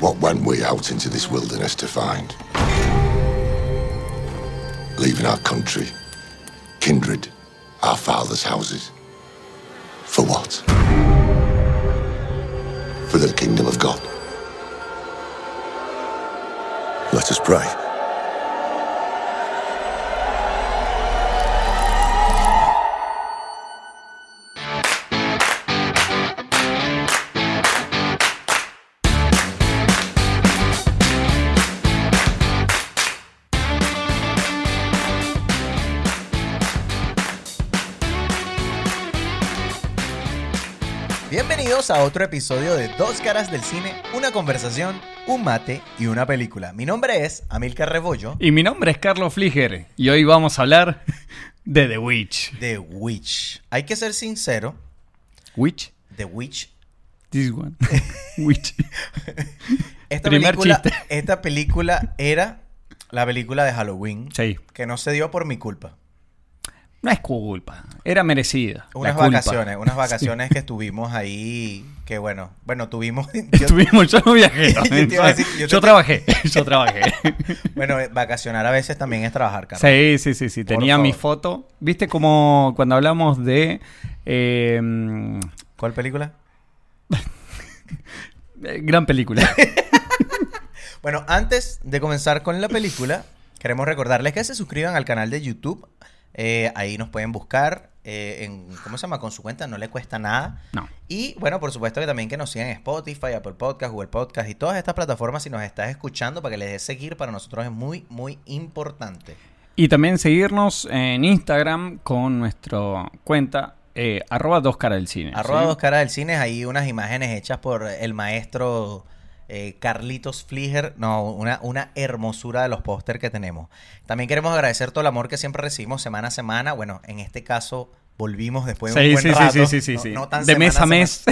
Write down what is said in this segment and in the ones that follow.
What went we out into this wilderness to find? Leaving our country, kindred, our fathers' houses. For what? For the kingdom of God. Let us pray. Bienvenidos a otro episodio de Dos Caras del Cine, una conversación, un mate y una película. Mi nombre es Amilcar Rebollo Y mi nombre es Carlos Fliger y hoy vamos a hablar de The Witch. de Witch. Hay que ser sincero, ¿Witch? The Witch. This one. Witch. Esta Primer película, chiste. esta película era la película de Halloween Sí. que no se dio por mi culpa. No es culpa. Era merecida. la Unas culpa. vacaciones, unas vacaciones que estuvimos ahí, que bueno, bueno, tuvimos... yo- Estuvimos, yo no viajé. Yo te iba a decir, yo yo, te- trabajé. Yo trabajé. bueno, eh, vacacionar a veces también es trabajar, Carlos. sí, sí, sí, sí. Por Tenía mi favor. foto. ¿Viste como cuando hablamos de eh, ¿Cuál película? eh, gran película? Bueno, antes de comenzar con la película, queremos recordarles que se suscriban al canal de YouTube. Eh, ahí nos pueden buscar eh, en, ¿cómo se llama? Con su cuenta, no le cuesta nada. No. Y bueno, por supuesto que también que nos sigan en Spotify, Apple Podcast, Google Podcast y todas estas plataformas si nos estás escuchando para que les des seguir, para nosotros es muy, muy importante. Y también seguirnos en Instagram con nuestra cuenta eh, arroba dos cara del cine. Arroba ¿sí? dos caras del cine, hay unas imágenes hechas por el maestro eh, Carlitos Fliger. No, una, una hermosura de los póster que tenemos. También queremos agradecer todo el amor que siempre recibimos semana a semana. Bueno, en este caso volvimos después de un Sí, buen sí, rato. sí, sí, sí, No- sí. no tan de mes a semana mes.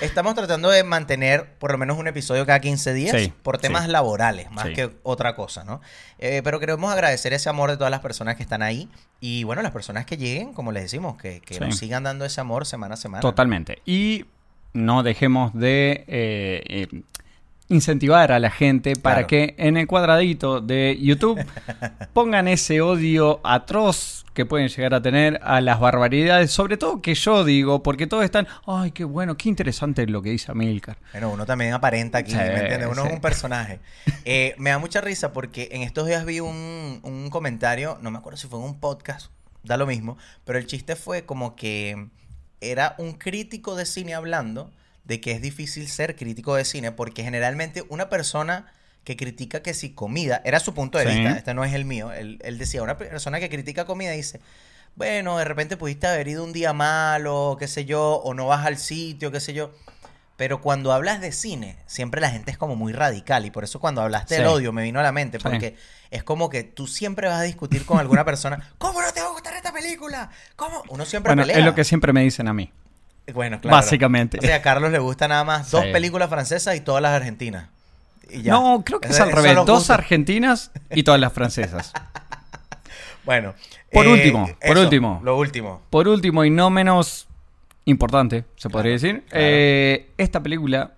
Estamos tratando de mantener por lo menos un episodio cada 15 días Sí, por temas sí. laborales, más Sí. que otra cosa, ¿no? Eh, pero queremos agradecer ese amor de todas las personas que están ahí y, bueno, las personas que lleguen, como les decimos, que, que Sí. nos sigan dando ese amor semana a semana. Totalmente. Y no dejemos de eh, eh, incentivar a la gente para Claro. que en el cuadradito de YouTube pongan ese odio atroz que pueden llegar a tener a las barbaridades, sobre todo que yo digo, porque todos están, ay, qué bueno, qué interesante lo que dice Amilcar. Bueno, uno también aparenta aquí, Sí, ¿me entiendes? Uno es sí. un personaje. Eh, me da mucha risa porque en estos días vi un, un comentario, no me acuerdo si fue en un podcast, da lo mismo, pero el chiste fue como que era un crítico de cine hablando de que es difícil ser crítico de cine porque generalmente una persona que critica que si comida, era su punto de Sí. vista, este no es el mío, él, él decía, una persona que critica comida dice, bueno, de repente pudiste haber ido un día malo, qué sé yo, o no vas al sitio, qué sé yo. Pero cuando hablas de cine, siempre la gente es como muy radical. Y por eso cuando hablaste del Sí. odio me vino a la mente. Sí. Porque es como que tú siempre vas a discutir con alguna persona. ¿Cómo no te va a gustar esta película? ¿Cómo? Uno siempre bueno, pelea. es lo que siempre me dicen a mí. Bueno, claro. Básicamente. O sea, a Carlos le gusta nada más dos Sí. películas francesas y todas las argentinas. Y ya. No, creo que es Eso- al eso revés. los Dos gustos. argentinas y todas las francesas. Bueno. eh, Por último, por último. Lo último. Por último, y no menos importante, se podría decir, claro. eh, esta película,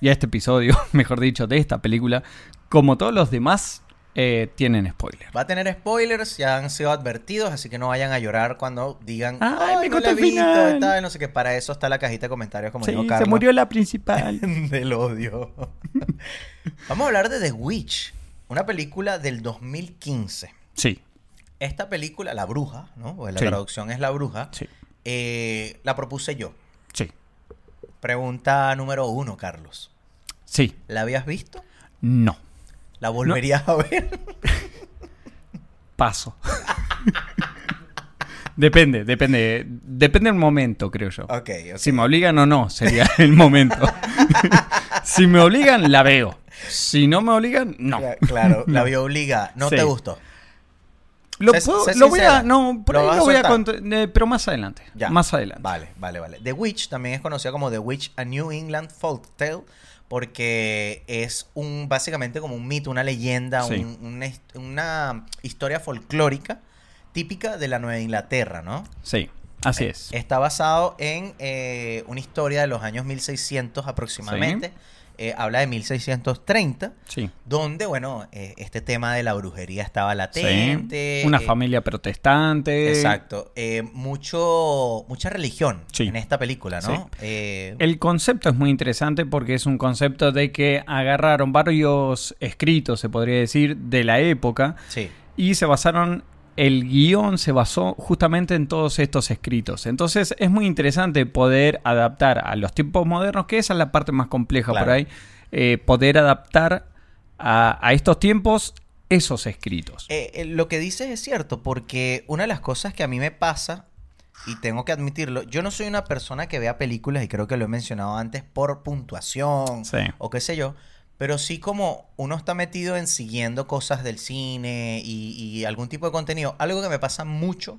y este episodio, mejor dicho, de esta película, como todos los demás, eh, tienen spoiler. Va a tener spoilers, ya han sido advertidos, así que no vayan a llorar cuando digan, Ay, ay, me no gusta la he Ah, el visto", final. y tal, no sé qué. Para eso está la cajita de comentarios, como Sí, dijo se Carlos. murió la principal. del odio. Vamos a hablar de The Witch, una película del 2015. sí, Esta película, La Bruja, ¿no? Porque la Sí. traducción es La Bruja. sí, eh, la propuse yo. sí, Pregunta número uno, Carlos. sí, ¿La habías visto? no. ¿La volverías a ver? Paso. depende, depende. Depende del momento, creo yo. ok, ok. Si me obligan o no, sería el momento. si me obligan, la veo. Si no me obligan, no. Cla- Claro, la vi obligada. No Sí. te gustó. Lo, Sé- puedo- sé lo voy sincera. a. No, por Lo ahí vas a lo voy a soltar. cont- eh, pero más adelante. Ya. Más adelante. Vale, vale, vale. The Witch también es conocida como The Witch a New England Folk Tale porque es un básicamente como un mito, una leyenda, Sí. un- una, his- una historia folclórica típica de la Nueva Inglaterra, ¿no? Sí. Eh, Así es. Está basado en eh, una historia de los años 1600 aproximadamente. Eh, habla de 1630, Sí. donde, bueno, eh, este tema de la brujería estaba Sí. latente. Una eh, familia protestante. Exacto. Eh, mucho, mucha religión Sí. en esta película, ¿no? Sí. Eh, El concepto es muy interesante porque es un concepto de que agarraron varios escritos, se podría decir, de la época sí. y se basaron, el guión se basó justamente en todos estos escritos. Entonces es muy interesante poder adaptar a los tiempos modernos, que esa es la parte más compleja Claro. por ahí, eh, poder adaptar a, a estos tiempos esos escritos. Eh, eh, lo que dices es cierto, porque una de las cosas que a mí me pasa, y tengo que admitirlo, yo no soy una persona que vea películas, y creo que lo he mencionado antes, por puntuación Sí. o qué sé yo, pero sí como uno está metido en siguiendo cosas del cine y, y algún tipo de contenido. Algo que me pasa mucho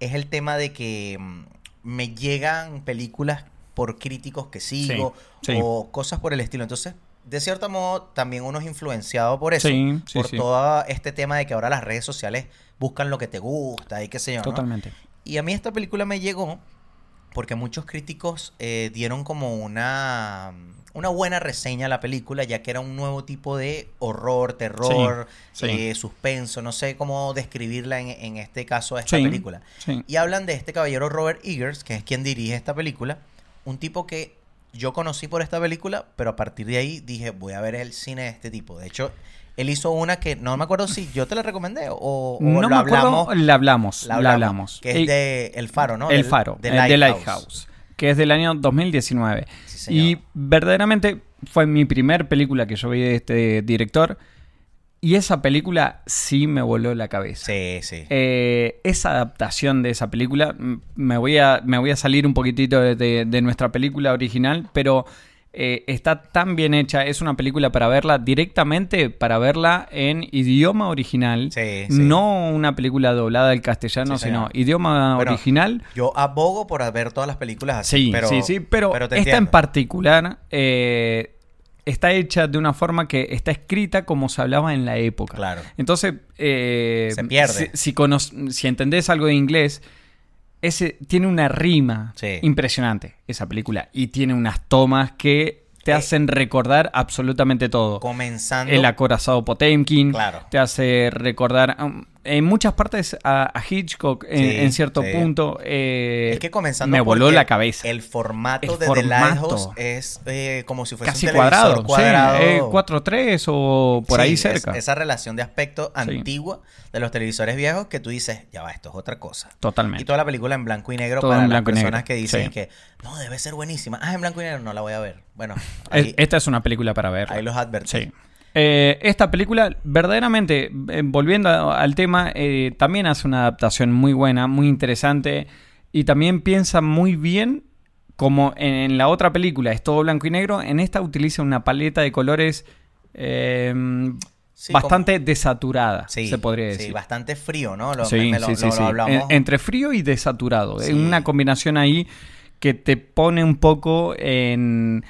es el tema de que mm, me llegan películas por críticos que sigo sí. o cosas por el estilo. Entonces, de cierto modo, también uno es influenciado por eso, Sí, sí, por sí. todo este tema de que ahora las redes sociales buscan lo que te gusta y qué sé yo. ¿no? Totalmente. Y a mí esta película me llegó porque muchos críticos eh, dieron como una, una buena reseña a la película, ya que era un nuevo tipo de horror, terror, Sí, sí. eh, suspenso, no sé cómo describirla en, en este caso a esta Sí, película. sí. Y hablan de este caballero Robert Eggers, que es quien dirige esta película, un tipo que yo conocí por esta película, pero a partir de ahí dije, voy a ver el cine de este tipo. De hecho, él hizo una que no me acuerdo si yo te la recomendé o, o no lo me acuerdo, hablamos. la hablamos, La la hablamos, hablamos. Que Eh, es de El Faro, ¿no? El Del- Faro, de el de Lighthouse. Lighthouse, que es del año 2019. Sí, señor. y verdaderamente fue mi primer película que yo vi de este director. Y esa película sí me voló la cabeza. Sí, sí. Eh, esa adaptación de esa película, m- me voy a, me voy a salir un poquitito de, de- de nuestra película original, pero eh, está tan bien hecha, es una película para verla directamente, para verla en idioma original, Sí, sí. no una película doblada al castellano, Sí, sino señor. idioma Bueno, original. Yo abogo por ver todas las películas así. Sí, pero, sí, sí, pero, te esta en entiendo. particular eh, está hecha de una forma que está escrita como se hablaba en la época. Claro. Entonces, eh, Se pierde. Si, si cono- si entendés algo de inglés, ese tiene una rima Sí. impresionante esa película y tiene unas tomas que te Eh, hacen recordar absolutamente todo. Comenzando. El acorazado Potemkin Claro. te hace recordar um, en muchas partes a, a Hitchcock en, Sí, en cierto sí. punto. eh, es que comenzando me voló porque la cabeza. El formato El de The formato. Lighthouse es eh, como si fuese casi un televisor cuadrado, cuadrado. sí, eh, 4-3 o por Sí, ahí es- cerca. esa relación de aspecto antigua de los televisores viejos que tú dices, ya va, esto es otra cosa. Y Totalmente. toda la película en blanco y negro Todo para en las blanco y personas negro, que dicen sí. que no, debe ser buenísima. Ah, en blanco y negro no la voy a ver. Bueno, Es- ahí, esta es una película para ver. ahí los advertí. Sí. Eh, esta película, verdaderamente, eh, volviendo a- al tema, eh, también hace una adaptación muy buena, muy interesante y también piensa muy bien. Como en, en la otra película es todo blanco y negro, en esta utiliza una paleta de colores eh, Sí, bastante desaturada, Sí, se podría decir. Sí, bastante frío, ¿no? Lo, Sí, me- me lo- sí, lo- sí, lo sí. hablamos. En- entre frío y desaturado. Es Sí. una combinación ahí que te pone un poco en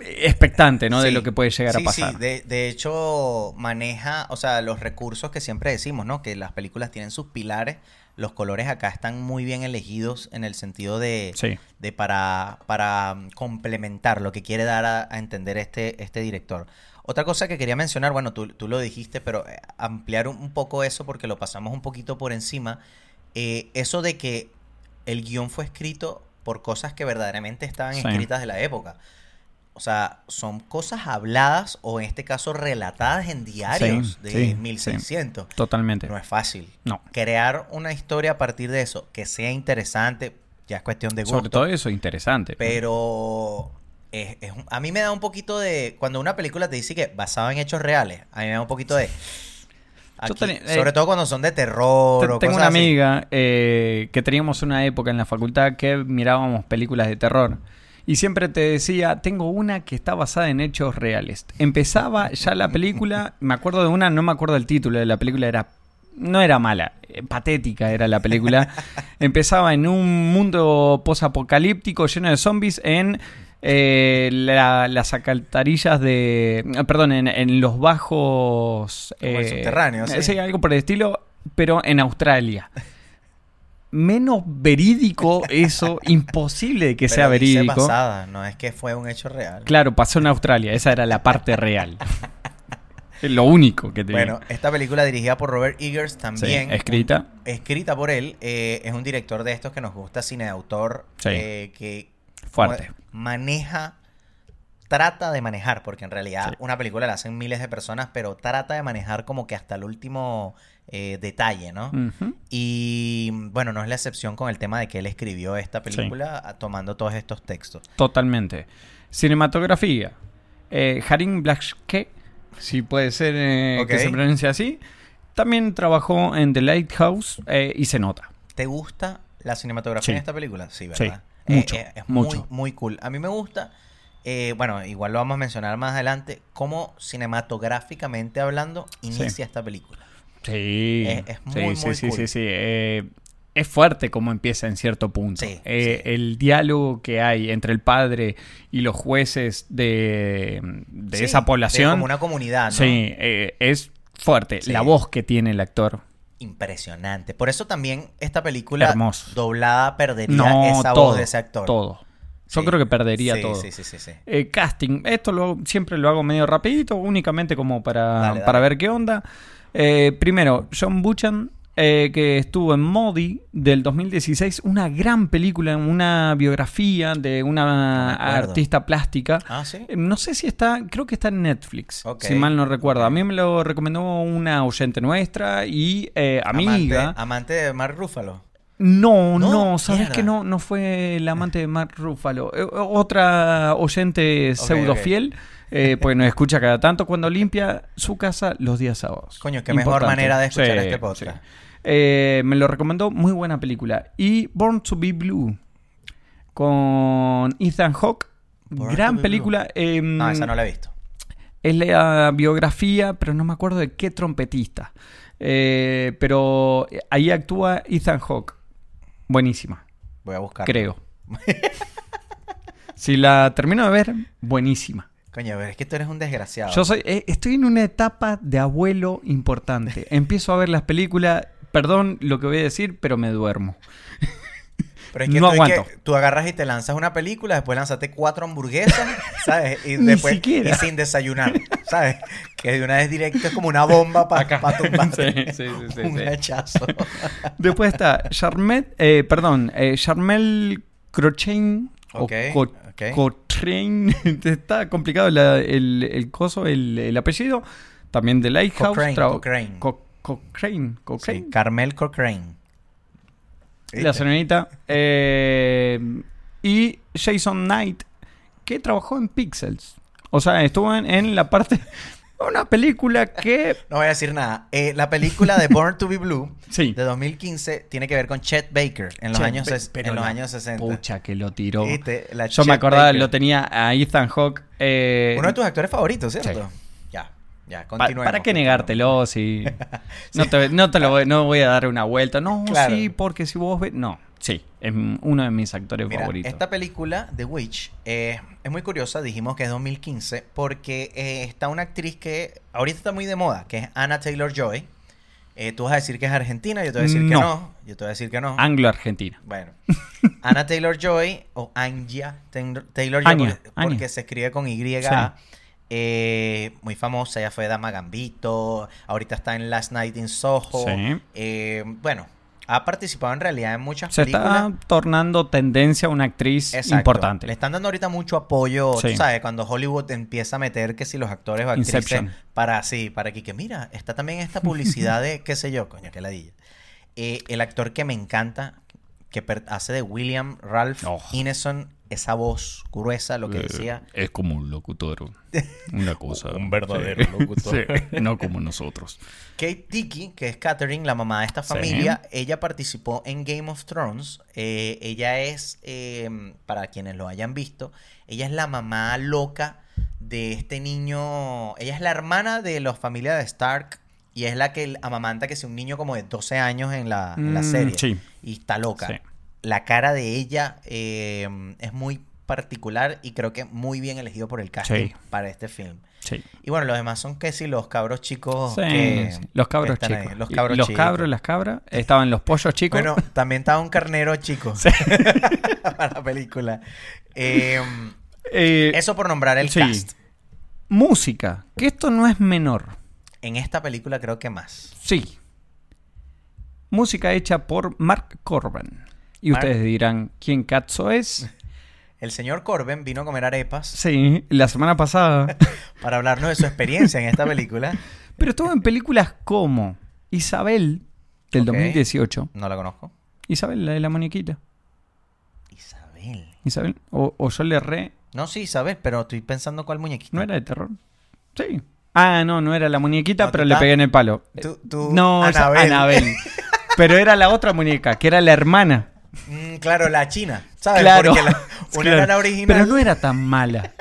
expectante, ¿no? De Sí, lo que puede llegar sí, a pasar. Sí, de, de hecho maneja, o sea, los recursos que siempre decimos, ¿no? Que las películas tienen sus pilares, los colores acá están muy bien elegidos en el sentido de, Sí. de para, para mm, complementar lo que quiere dar a, a entender este, este director. Otra cosa que quería mencionar, bueno, tú, tú lo dijiste, pero eh, ampliar un, un poco eso porque lo pasamos un poquito por encima, eh, eso de que el guión fue escrito por cosas que verdaderamente estaban Sí. escritas de la época. O sea, son cosas habladas o en este caso relatadas en diarios Sí, de sí, 1600. Totalmente. No es fácil. No. Crear una historia a partir de eso que sea interesante, ya es cuestión de gusto. Sobre todo eso, interesante. Pero es, es un- a mí me da un poquito de... Cuando una película te dice que basada en hechos reales, a mí me da un poquito de... aquí, tenés- eh, sobre todo cuando son de terror. o Te- Tengo cosas así. una amiga eh, que teníamos una época en la facultad que mirábamos películas de terror. Y siempre te decía, tengo una que está basada en hechos reales. Empezaba ya la película, me acuerdo de una, no me acuerdo el título de la película, era no era mala, eh, patética era la película. Empezaba en un mundo posapocalíptico lleno de zombies en eh, la- las alcantarillas de... Perdón, en, en los bajos... eh, Como el subterráneo, sí. sí, algo por el estilo, pero en Australia. menos verídico eso, imposible de que sea Pero dice verídico. basada, no es que fue un hecho real. Claro, pasó en Australia, esa era la parte real. Es Lo único que tenía. Bueno, esta película dirigida por Robert Eggers Sí, también. escrita. escrita por él, eh, es un director de estos que nos gusta, cine de autor, Sí. eh, que Fuerte. como maneja, trata de manejar, porque en realidad Sí. una película la hacen miles de personas, pero trata de manejar como que hasta el último eh, detalle, ¿no? Ujú. Y bueno, no es la excepción con el tema de que él escribió esta película a- tomando todos estos textos. Totalmente. Cinematografía. Eh, Harim Blaschke, si puede ser eh, Ok. que se pronuncie así. También trabajó en The Lighthouse eh, y se nota. ¿Te gusta la cinematografía Sí. en esta película? Sí, Sí, ¿verdad? Eh, mucho, es mucho. Muy, muy cool. A mí me gusta, eh, bueno, igual lo vamos a mencionar más adelante, cómo cinematográficamente hablando inicia esta película. Sí. Es- es muy, Eh, sí, muy sí, cool. sí, sí. Eh, es fuerte como empieza en cierto punto. Sí, Eh, El diálogo que hay entre el padre y los jueces de, de Sí, esa población. como una comunidad, Ah, ¿no? Sí, eh, es fuerte. Sí. La voz que tiene el actor. Impresionante. Por eso también esta película Hermoso. doblada perdería No, esa todo, voz de ese actor. Todo. Yo Sí. creo que perdería Sí, todo. Sí, sí, sí, sí. Eh, casting, esto lo, hago- siempre lo hago medio rapidito, únicamente como para, Dale, para dale. ver qué onda. Eh, primero, John Buchan, eh, que estuvo en Modi del 2016, una gran película, una biografía de una No me acuerdo. artista plástica. Ah, sí. Eh, No sé si está, creo que está en Netflix, Ok. si mal no recuerdo. A mí me lo recomendó una oyente nuestra y eh, amiga. Amante, amante de Mark Ruffalo. No, No, no, sabes mierda. que no, no fue el amante de Mark Ruffalo. Eh, Otra oyente pseudo ok. fiel, eh, pues nos escucha cada tanto cuando limpia su casa los días sábados. Coño, qué mejor manera de escuchar este podcast. Eh, me lo recomendó, muy buena película. Y Born to be Blue con Ethan Hawke, Born to gran be película. eh, No, Ah, esa no la he visto. es la biografía, pero no me acuerdo de qué trompetista. Eh, pero ahí actúa Ethan Hawke. Buenísima, Voy a buscar. creo. si la termino de ver, buenísima. Coño, pero es que tú eres un desgraciado. Yo soy, eh, estoy en una etapa de abuelo importante. Empiezo a ver las películas. Perdón lo que voy a decir, pero me duermo. Pero es que, No tú, es que aguanto. tú agarras y te lanzas una película, después lanzaste cuatro hamburguesas, ¿sabes? Y Ni después siquiera. y sin desayunar, ¿sabes? Que de una vez directo es como una bomba para Acá. pa tumbarte. Sí, sí, sí, sí, Un sí. hachazo. Después está Charmet, eh, perdón, eh, Charmel Crochain Ok, o Co- ok. Cotrain. está complicado la- el, el coso, el, el apellido. También de Lighthouse. Cochrane, trao- Cochrane. Co- Cochrane, Cochrane. Sí, Carmel Cochrane. La señorita. eh, y Jason Knight, que trabajó en Pixels. O sea, estuvo en, en la parte... Una película que... No voy a decir nada. Eh, la película de Born to be Blue Sí. de 2015 tiene que ver con Chet Baker en los, Che, años, pe- ses- pero en los la años 60. Pucha que lo tiró. ¿Viste? Este, La Yo me Chet acordaba, Baker. lo tenía a Ethan Hawke. eh, Uno de tus actores favoritos, ¿cierto? Sí. Ya, ya, pa- continuemos. ¿Para qué continuemos. negártelo si no te, no te lo voy, no voy a dar una vuelta? No, Claro. sí, porque si vos ves... No, sí, es m- uno de mis actores Mira, favoritos. esta película, The Witch, eh, es muy curiosa, dijimos que es 2015, porque eh, está una actriz que ahorita está muy de moda, que es Anna Taylor-Joy. Eh, tú vas a decir que es argentina, yo te voy a decir que No. no, yo te voy a decir que no. Anglo-Argentina. bueno, Anna Taylor-Joy o Anja Taylor- Taylor-Joy, Anya, porque, Anya. porque se escribe con Y. eh, muy famosa, ella fue Dama Gambito, ahorita está en Last Night in Soho. Sí. Eh, bueno, ha participado en realidad en muchas Se películas. está tornando tendencia a una actriz Exacto. importante. Le están dando ahorita mucho apoyo, tú Sí. sabes, cuando Hollywood empieza a meter que si los actores o actrices Inception. para sí, para que, que mira, está también esta publicidad de qué sé yo, coño, que ladilla. Eh, el actor que me encanta, que per- hace de William Ralph Oh. Eh. Ineson, esa voz gruesa, lo que decía. Es como un locutor. Una cosa. Un verdadero Sí. locutor. No como nosotros. Kate Dickey, que es Catherine, la mamá de esta Sí. familia, ella participó en Game of Thrones. Eh, ella es, eh, para quienes lo hayan visto, ella es la mamá loca de este niño. Ella es la hermana de la familia de Stark y es la que el- amamanta que sea un niño como de 12 años en la, en la Mm, serie. sí. Y está loca. Sí. La cara de ella eh, es muy particular y creo que muy bien elegido por el casting Sí. para este film. Sí. Y bueno, los demás son que si los cabros chicos. Sí, que- sí. Los cabros que están ahí. chicos. Los cabros chicos. cabros, las cabras. Estaban los pollos chicos. Bueno, también estaba un carnero chico para la película. Eh, Eh, eso por nombrar el sí. cast. Música. Que esto no es menor. En esta película creo que más. Sí. Música hecha por Mark Corban. Y Mark- ustedes dirán, ¿quién Katzo es? El señor Corben vino a comer arepas Sí, la semana pasada. para hablarnos de su experiencia en esta película. Pero estuvo en películas como Isabel, del Ok. 2018. No la conozco. Isabel, la de la muñequita. Isabel. Isabel. O, o yo le erré. No, sí, Isabel, pero estoy pensando cuál muñequito. ¿No era de terror? Sí. Ah, no, no era la muñequita, No, tú pero le estás- pegué en el palo. Tú- tú- no, esa- Anabel. Anabel. pero era la otra muñeca, que era la hermana. Mm, claro, la china. ¿Sabes? Claro. Porque la- una Claro. era la original. Pero no era tan mala.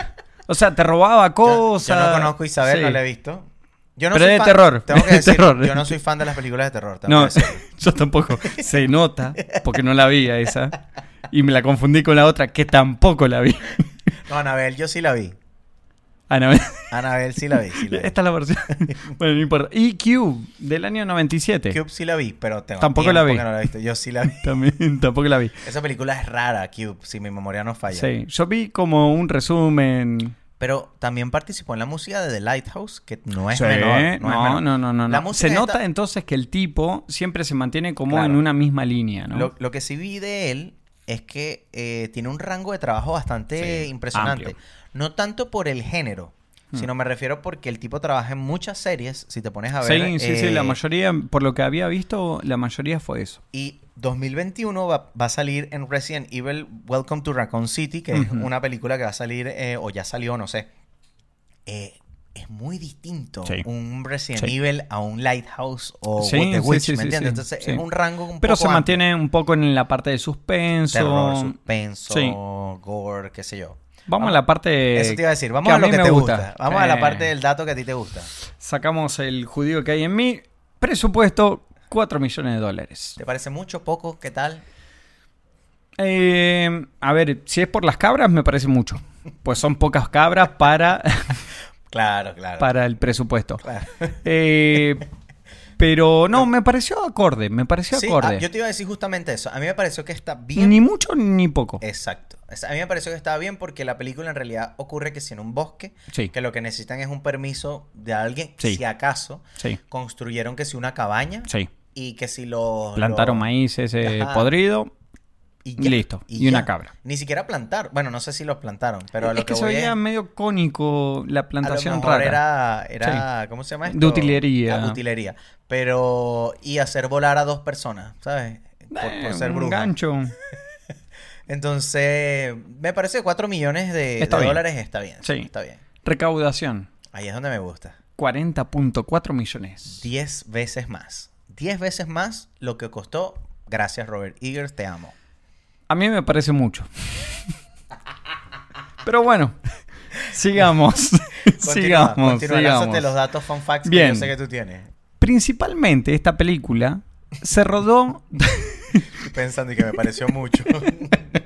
O sea, te robaba Yo- cosas. Yo, no conozco a Isabel, Sí. no la he visto. Yo no Pero soy es de fan- terror, Tengo que es de decir, terror. yo no soy fan de las películas de terror. tengo No, que decirlo. yo tampoco. Se nota, porque no la vi a esa. Y me la confundí con la otra, que tampoco la vi. No, Anabel, yo sí la vi. Anabel. Anabel sí la vi. Sí la vi. Esta es la versión. Bueno, no importa. Y Cube, del año 97. Cube sí la vi, pero tengo Tampoco la tiempo vi. que no la he visto. Yo sí la vi. También, tampoco la vi. Esa película es rara, Cube, si mi memoria no falla. Sí, yo vi como un resumen. Pero también participó en la música de The Lighthouse, que no es Sí, menor. No, No, es menor. no, no, no, La no. música Se nota esta- entonces que el tipo siempre se mantiene como Claro. en una misma línea, ¿no? Lo, lo que sí vi de él es que eh, tiene un rango de trabajo bastante Sí, impresionante. amplio. Hmm. No tanto por el género, sino me refiero porque el tipo trabaja en muchas series, si te pones a ver. sí, sí, sí, eh, la mayoría, por lo que había visto, la mayoría fue eso. Y 2021 va, va a salir en Resident Evil Welcome to Raccoon City, que es Ujú. una película que va a salir, eh, o ya salió, no sé. Eh, es muy distinto Sí. un Resident Sí. Evil a un Lighthouse o Sí, What The sí, Witch, sí, ¿me sí, entiendes? sí, Entonces sí. es un rango un Pero poco se amplio. mantiene un poco en la parte de suspenso. Terror, suspenso, Sí. gore, qué sé yo. Vamos a la parte. Eso te iba a decir, vamos que a lo mí que me te gusta. Vamos a Eh, la parte del dato que a ti te gusta. Sacamos el judío que hay en mí. Presupuesto: 4 millones de dólares. ¿Te parece mucho, poco, qué tal? Eh, a ver, si es por las cabras, me parece mucho. Pues son pocas cabras para, Claro, claro. para el presupuesto. claro. Eh, pero no, me pareció acorde, me pareció Sí, acorde. ah, yo te iba a decir justamente eso. A mí me pareció que está bien. Ni mucho ni poco. Eh, Exacto. O sea, A mí me pareció que estaba bien porque la película en realidad ocurre que si en un bosque, Sí. que lo que necesitan es un permiso de alguien, Sí. si acaso, Sí, construyeron que si una cabaña sí. y que si los... Plantaron los- maíz ese Ajá. podrido. Y Listo. Y una cabra. Ni siquiera plantar. Bueno, no sé si los plantaron, pero a lo es que, se voy veía es- medio cónico la a plantación lo mejor era, rara. era ¿cómo se llama De esto? utilería. Ah, utilería. Pero, y hacer volar a dos personas, ¿sabes? Por, por Eh, ser un brujo. gancho. Entonces, me parece 4 millones de, Está de bien. dólares está bien. Sí. Está bien. Recaudación: Ahí es donde me gusta. 40.4 millones. 10 veces más. 10 veces más lo que costó. Gracias, Robert Eagers, te amo. A mí me parece mucho. Pero bueno, sigamos. Continúa, sigamos. continúa. sigamos. Lánzate los datos fun facts que Bien. yo sé que tú tienes. Principalmente esta película se rodó Estoy pensando y que me pareció mucho.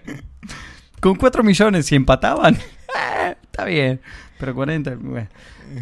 con 4 millones si empataban. eh, Está bien, pero 40. bueno.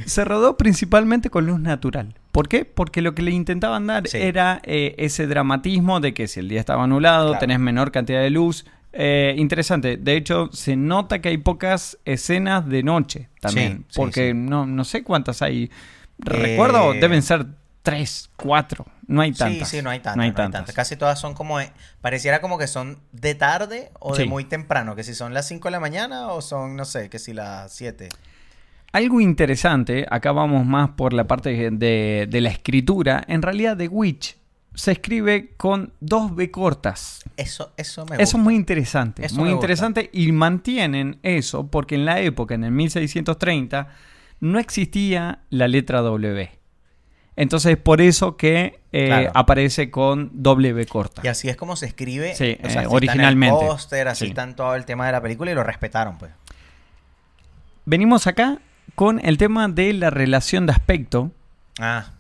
Se rodó principalmente con luz natural. ¿Por qué? Porque lo que le intentaban dar Sí. era eh, ese dramatismo de que si el día estaba anulado, Claro. tenés menor cantidad de luz. Eh, interesante, de hecho se nota que hay pocas escenas de noche Sí, también, sí, porque sí. No, no sé cuántas hay. Recuerdo, Eh, deben ser 3, 4, no hay sí, tantas. sí, no hay tantas. No hay tantas. Casi todas son como. de- Pareciera como que son de tarde o de Sí. muy temprano. Que si son las 5 de la mañana o son, no sé, que si las 7. Algo interesante, acá vamos más por la parte de, de la escritura. En realidad, The Witch se escribe con dos B cortas. Eso, eso me gusta. Eso es muy interesante. Eso muy me gusta. interesante. Y mantienen eso porque en la época, en el 1630, no existía la letra W. Entonces, es por eso que eh, Claro. aparece con W corta. Y así es como se escribe Sí, eh, así está en el originalmente. póster, así Sí. está en todo el tema de la película y lo respetaron, pues. Venimos acá con el tema de la relación de aspecto. Ah,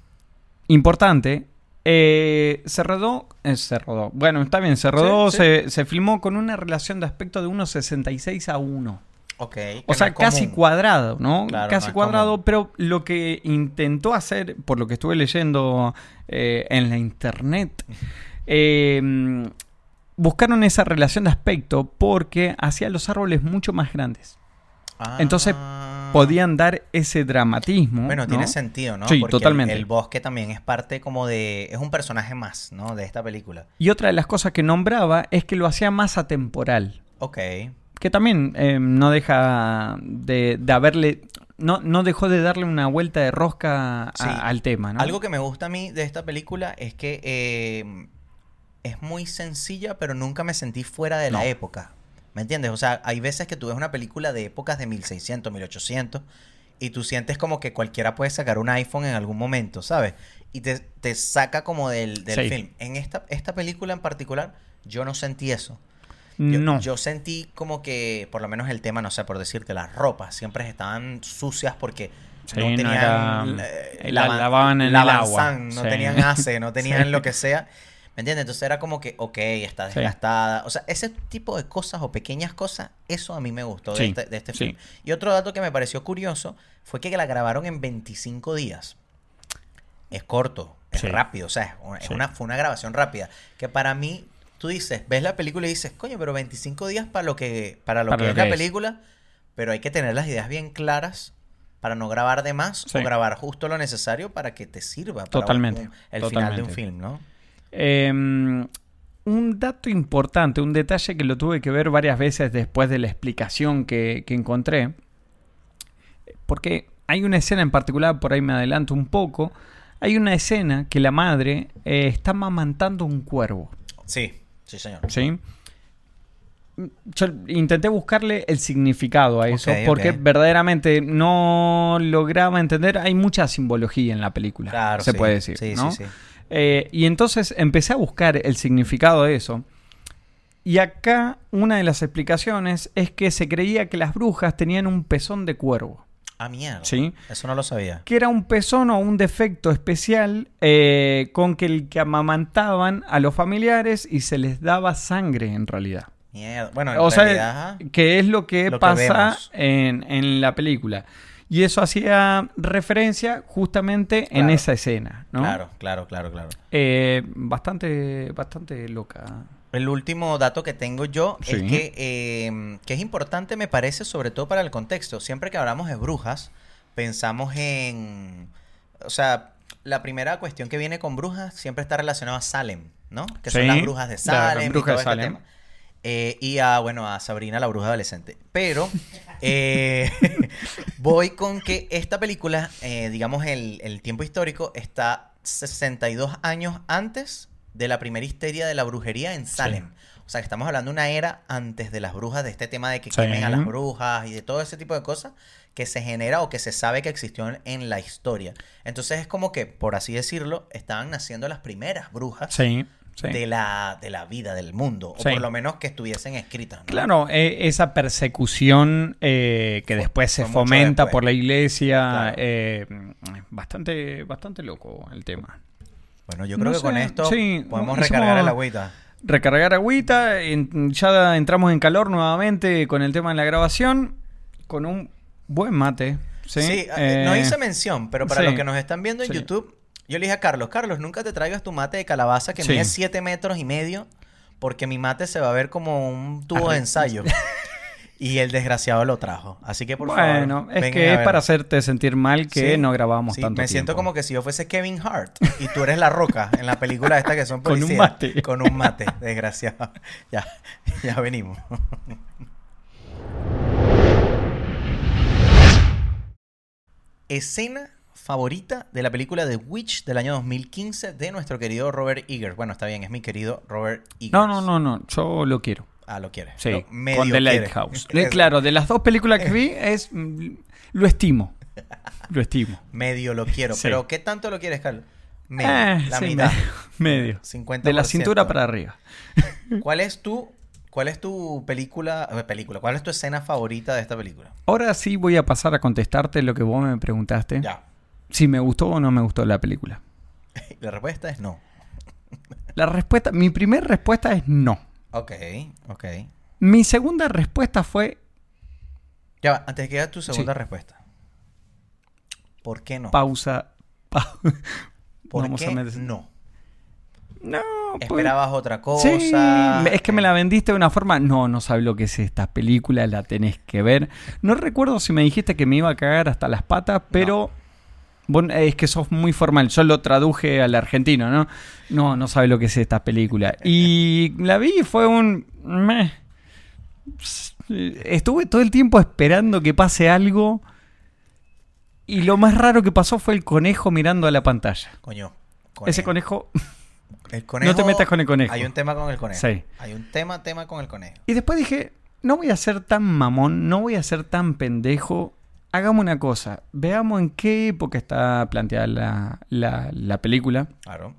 importante Eh, se rodó. eh, se rodó. Bueno, está bien, se rodó. Sí, sí. se, se filmó con una relación de aspecto de 1,66 a 1. Ok. que no O sea, es casi común. cuadrado, ¿no? Claro, no casi es cuadrado, común. pero lo que intentó hacer, por lo que estuve leyendo eh, en la internet, eh, buscaron esa relación de aspecto porque hacía los árboles mucho más grandes. Ah. Entonces, Podían dar ese dramatismo. Bueno, tiene ¿no? sentido, ¿no? Sí, Porque el- totalmente. El, bosque también es parte como de. Es un personaje más, ¿no? De esta película. Y otra de las cosas que nombraba es que lo hacía más atemporal. Ok. Que también eh, no deja de, de haberle. No, no dejó de darle una vuelta de rosca a- Sí. al tema, ¿no? Algo que me gusta a mí de esta película es que eh, es muy sencilla, pero nunca me sentí fuera de la No. época. ¿Me entiendes? O sea, hay veces que tú ves una película de épocas de 1600, 1800 y tú sientes como que cualquiera puede sacar un iPhone en algún momento, ¿sabes? Y te, te saca como del, del Sí. film. En esta, esta película en particular, yo no sentí eso. Yo, no. yo sentí como que, por lo menos el tema, no sé, por decirte, las ropas siempre estaban sucias porque Sí, no no tenían. era- eh, la lava- lavaban en el lavanzán, agua, No sí. tenían ace, no tenían Sí. lo que sea. ¿Me entiendes? Entonces era como que, ok, está Sí. desgastada. O sea, ese tipo de cosas o pequeñas cosas, eso a mí me gustó de Sí, este, de este sí. film. Y otro dato que me pareció curioso fue que la grabaron en 25 días. Es corto, es Sí. rápido, o sea, es una- es Sí. una, fue una grabación rápida. Que para mí, tú dices, ves la película y dices, coño, pero 25 días para lo que, para lo Para que lo es que la es. película, pero hay que tener las ideas bien claras para no grabar de más Sí. o grabar justo lo necesario para que te sirva para un- Totalmente, un- el final de totalmente. un film, ¿no? Eh, un dato importante, un detalle que lo tuve que ver varias veces después de la explicación que, que encontré. Porque hay una escena en particular, por ahí me adelanto un poco. Hay una escena que la madre eh, está mamantando un cuervo. Sí, sí, señor. ¿sí? Yo intenté buscarle el significado a eso Ok, porque ok. verdaderamente no lograba entender. Hay mucha simbología en la película, Claro, se sí. puede decir. Sí, ¿no? sí, sí. Eh, y entonces empecé a buscar el significado de eso. Y acá una de las explicaciones es que se creía que las brujas tenían un pezón de cuervo. Ah, mierda. Sí. Eso no lo sabía. Que era un pezón o un defecto especial eh, con que el que amamantaban a los familiares y se les daba sangre en realidad. Mierda. Bueno, en O realidad, sea, ajá. que es lo que Lo que pasa vemos. en, en la película. Y eso hacía referencia justamente en Claro. esa escena, ¿no? Claro, claro, claro, claro. Eh, bastante, bastante loca. El último dato que tengo yo es Sí. que, eh, que es importante, me parece, sobre todo para el contexto. Siempre que hablamos de brujas, pensamos en. O sea, la primera cuestión que viene con brujas siempre está relacionada a Salem, ¿no? Que son Sí, las brujas de las Salem. brujas y de todo este Salem. tema. Eh, y a, bueno, a Sabrina, la bruja adolescente. Pero eh, voy con que esta película, eh, digamos, el, el tiempo histórico está 62 años antes de la primera histeria de la brujería en Salem. O sea, que estamos hablando de una era antes de las brujas, de este tema de que Sí. quemen a las brujas y de todo ese tipo de cosas que se genera o que se sabe que existió en, en la historia. Entonces es como que, por así decirlo, estaban naciendo las primeras brujas Sí, sí. de, la, de la vida, del mundo, o Sí. por lo menos que estuviesen escritas. ¿no? Claro, e- esa persecución eh, que Fue- después se fue mucho fomenta después. por la iglesia. Claro. eh, bastante, bastante loco el tema. Bueno, yo creo No que con sé, esto sí, podemos no, es recargar como- el agüita. Recargar agüita, en- ya entramos en calor nuevamente con el tema de la grabación, con un buen mate. Sí, Sí, ah, no Eh, hice mención, pero para sí. los que nos están viendo en Sí. YouTube, yo le dije a Carlos, Carlos, nunca te traigas tu mate de calabaza que Sí. mide 7 metros y medio, porque mi mate se va a ver como un tubo de Arre. ensayo. y el desgraciado lo trajo. Así que por favor. Bueno, es vengan que a es ver. para hacerte sentir mal que Sí, no grabamos sí, tanto Me siento tiempo. como que si yo fuese Kevin Hart y tú eres la roca en la película esta que son Con un policías. mate. Con un mate, desgraciado. ya, ya venimos. Escena favorita de la película The Witch del año 2015 de nuestro querido Robert Eggers. Bueno, está bien, es mi querido Robert Eggers. No, no, no, no, yo lo quiero. Ah, lo quieres. Sí, Lo medio con The quieres. Lighthouse. De- Eso. claro, de las dos películas que vi, es mm, lo estimo. Lo estimo. Medio lo quiero. Sí. Pero ¿qué tanto lo quieres, Carlos? Medio. Eh, la sí, mitad. Medio. medio. 50%. De la cintura para arriba. ¿Cuál es tu, cuál es tu película, eh, película? ¿Cuál es tu escena favorita de esta película? Ahora sí voy a pasar a contestarte lo que vos me preguntaste. Ya. Si me gustó o no me gustó la película. La respuesta es no. La respuesta, mi primera respuesta es no. Ok, ok. Mi segunda respuesta fue Ya va, antes de que hagas tu segunda respuesta. ¿Por qué no? pausa. pa- ¿Por Vamos qué a meter- no? No, pues- Esperabas otra cosa. Sí, eh. es que me la vendiste de una forma. No, no sabes lo que es esta película, la tenés que ver. No recuerdo si me dijiste que me iba a cagar hasta las patas, pero. vos- eh, es que sos muy formal. Yo lo traduje al argentino, ¿no? No, no sabes lo que es esta película. Y la vi y fue un. meh. Estuve todo el tiempo esperando que pase algo. Y lo más raro que pasó fue el conejo mirando a la pantalla. Coño. Ese conejo El conejo. te metas con el conejo. Hay un tema con el conejo. Sí. Hay un tema, tema con el conejo. Y después dije, no voy a ser tan mamón, no voy a ser tan pendejo. Hagamos una cosa, veamos en qué época está planteada la, la- la película. Claro.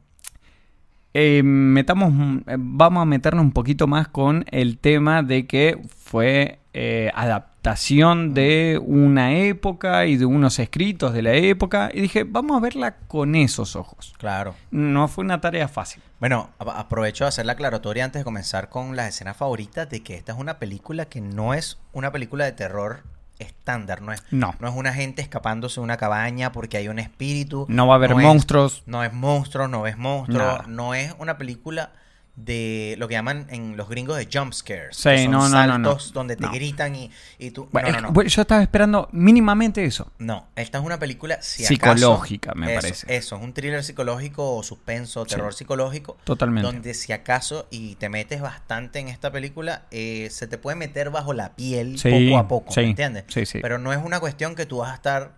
Eh, metamos, un- eh, vamos a meternos un poquito más con el tema de que fue eh, adaptación de una época y de unos escritos de la época. Y dije, vamos a verla con esos ojos. Claro. No fue una tarea fácil. Bueno, a- aprovecho de hacer la aclaratoria antes de comenzar con las escenas favoritas de que esta es una película que no es una película de terror estándar, no es No. no es una gente escapándose de una cabaña porque hay un espíritu. No va a haber es- monstruos. no es monstruo, no es monstruo, Nada. no es una película de lo que llaman en los gringos de jump scares. Sí, que son no, no, no, no. saltos donde te No. gritan y, y tú... no, Bueno, es no, que- no. bueno, yo estaba esperando mínimamente eso. No, esta es una película si acaso- Psicológica, me eso, parece. Eso, es un thriller psicológico o suspenso, terror psicológico. Totalmente. Donde si acaso, y te metes bastante en esta película, eh, se te puede meter bajo la piel Sí, poco a poco, sí, ¿me entiendes? sí, sí. Pero no es una cuestión que tú vas a estar,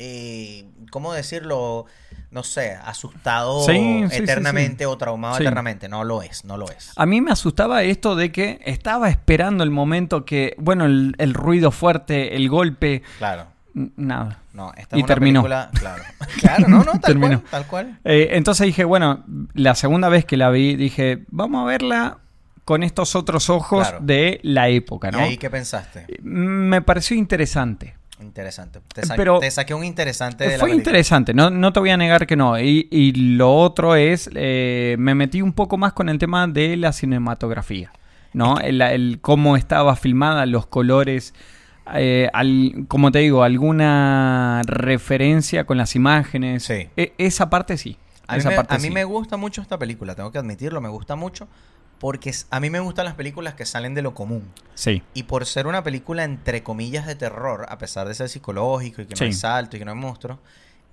eh, ¿cómo decirlo? No sé, asustado Sí, sí, sí, sí. eternamente o traumado Sí. Ah. eternamente. No lo es, no lo es. A mí me asustaba esto de que estaba esperando el momento que, bueno, el, el ruido fuerte, el golpe, Claro. n- nada. No, esta Y es una terminó. película... Claro. claro, no, no, tal Terminó. cual, tal cual. Eh, entonces dije, bueno, la segunda vez que la vi, dije, vamos a verla con estos otros ojos Claro. de la época, ¿no? ¿Y ahí qué pensaste? Me pareció interesante. Interesante. Te, sa- Pero- te saqué un interesante de la Fue película. interesante, no, no te voy a negar que no. Y, y lo otro es, eh, me metí un poco más con el tema de la cinematografía, ¿no? El, el cómo estaba filmada, los colores, eh, al- como te digo, alguna referencia con las imágenes. Sí. E- esa parte sí. A mí, esa me, parte a mí sí. me gusta mucho esta película, tengo que admitirlo, me gusta mucho porque es- a mí me gustan las películas que salen de lo común. Sí. Y por ser una película entre comillas de terror, a pesar de ser psicológico y que no hay Sí. salto y que no hay monstruos,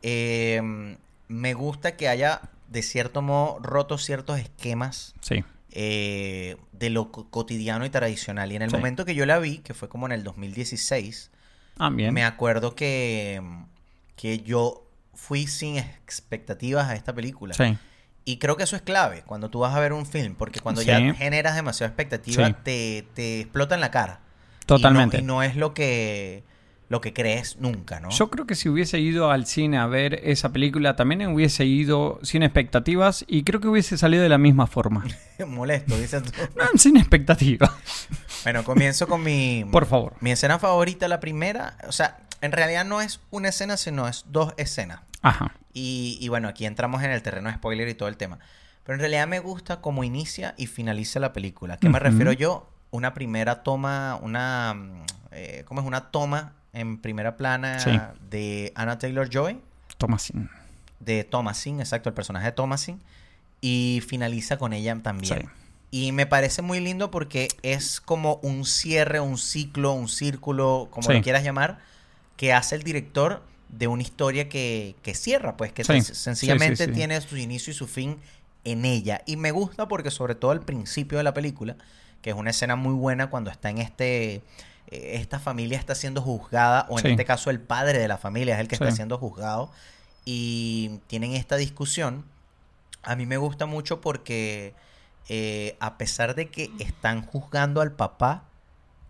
eh, me gusta que haya de cierto modo roto ciertos esquemas Sí. eh, de lo co- cotidiano y tradicional. Y en el Sí. momento que yo la vi, que fue como en el 2016, Ah, bien. Me acuerdo que, mm, que yo fui sin expectativas a esta película. Sí. Y creo que eso es clave cuando tú vas a ver un film, porque cuando Sí. ya generas demasiada expectativa, Sí. te, te explota en la cara. Totalmente. Y no, y no es lo que, lo que crees nunca, ¿no? Yo creo que si hubiese ido al cine a ver esa película, también hubiese ido sin expectativas y creo que hubiese salido de la misma forma. Molesto, dices tú. No, Ah, sin expectativa. bueno, comienzo con mi... Por favor. Mi escena favorita, la primera, o sea, en realidad no es una escena, sino es dos escenas. Ajá. Y, y bueno, aquí entramos en el terreno de spoiler y todo el tema. Pero en realidad me gusta cómo inicia y finaliza la película. ¿Qué me Ujú. refiero yo? Una primera toma, una... mm, eh, ¿Cómo es? Una toma en primera plana Sí. de Anna Taylor-Joy, Tomasin. de Thomasin, exacto, el personaje de Thomasin. Y finaliza con ella también. Sí. Y me parece muy lindo porque es como un cierre, un ciclo, un círculo, como Sí. lo quieras llamar, que hace el director de una historia que, que cierra, pues que Sí. sen- Sí, sí, sencillamente sí. tiene su inicio y su fin en ella. Y me gusta porque sobre todo al principio de la película, que es una escena muy buena cuando está en este... eh, Esta familia está siendo juzgada, o en Sí. este caso el padre de la familia es el que está Sí. siendo juzgado, y tienen esta discusión. A mí me gusta mucho porque eh, a pesar de que están juzgando al papá,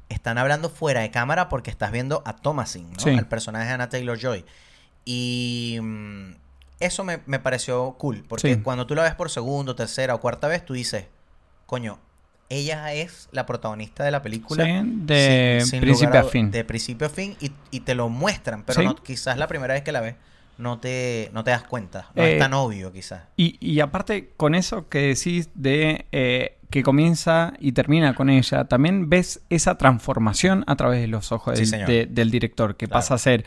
están hablando fuera de cámara porque estás viendo a Thomasin, ¿no? Sí. al personaje de Anna Taylor Joy. Y mm, eso me, me pareció cool, porque Sí. cuando tú la ves por segundo, tercera o cuarta vez, tú dices, coño, ella es la protagonista de la película. de sin- sin principio lugar a fin. De principio a fin y, y te lo muestran, pero Sí. no, quizás la primera vez que la ves no te, no te das cuenta. No es Eh, tan obvio, quizás. Y, y aparte, con eso que decís de eh, que comienza y termina con ella, también ves esa transformación a través de los ojos Sí, del, señor. de- del director, que Claro. pasa a ser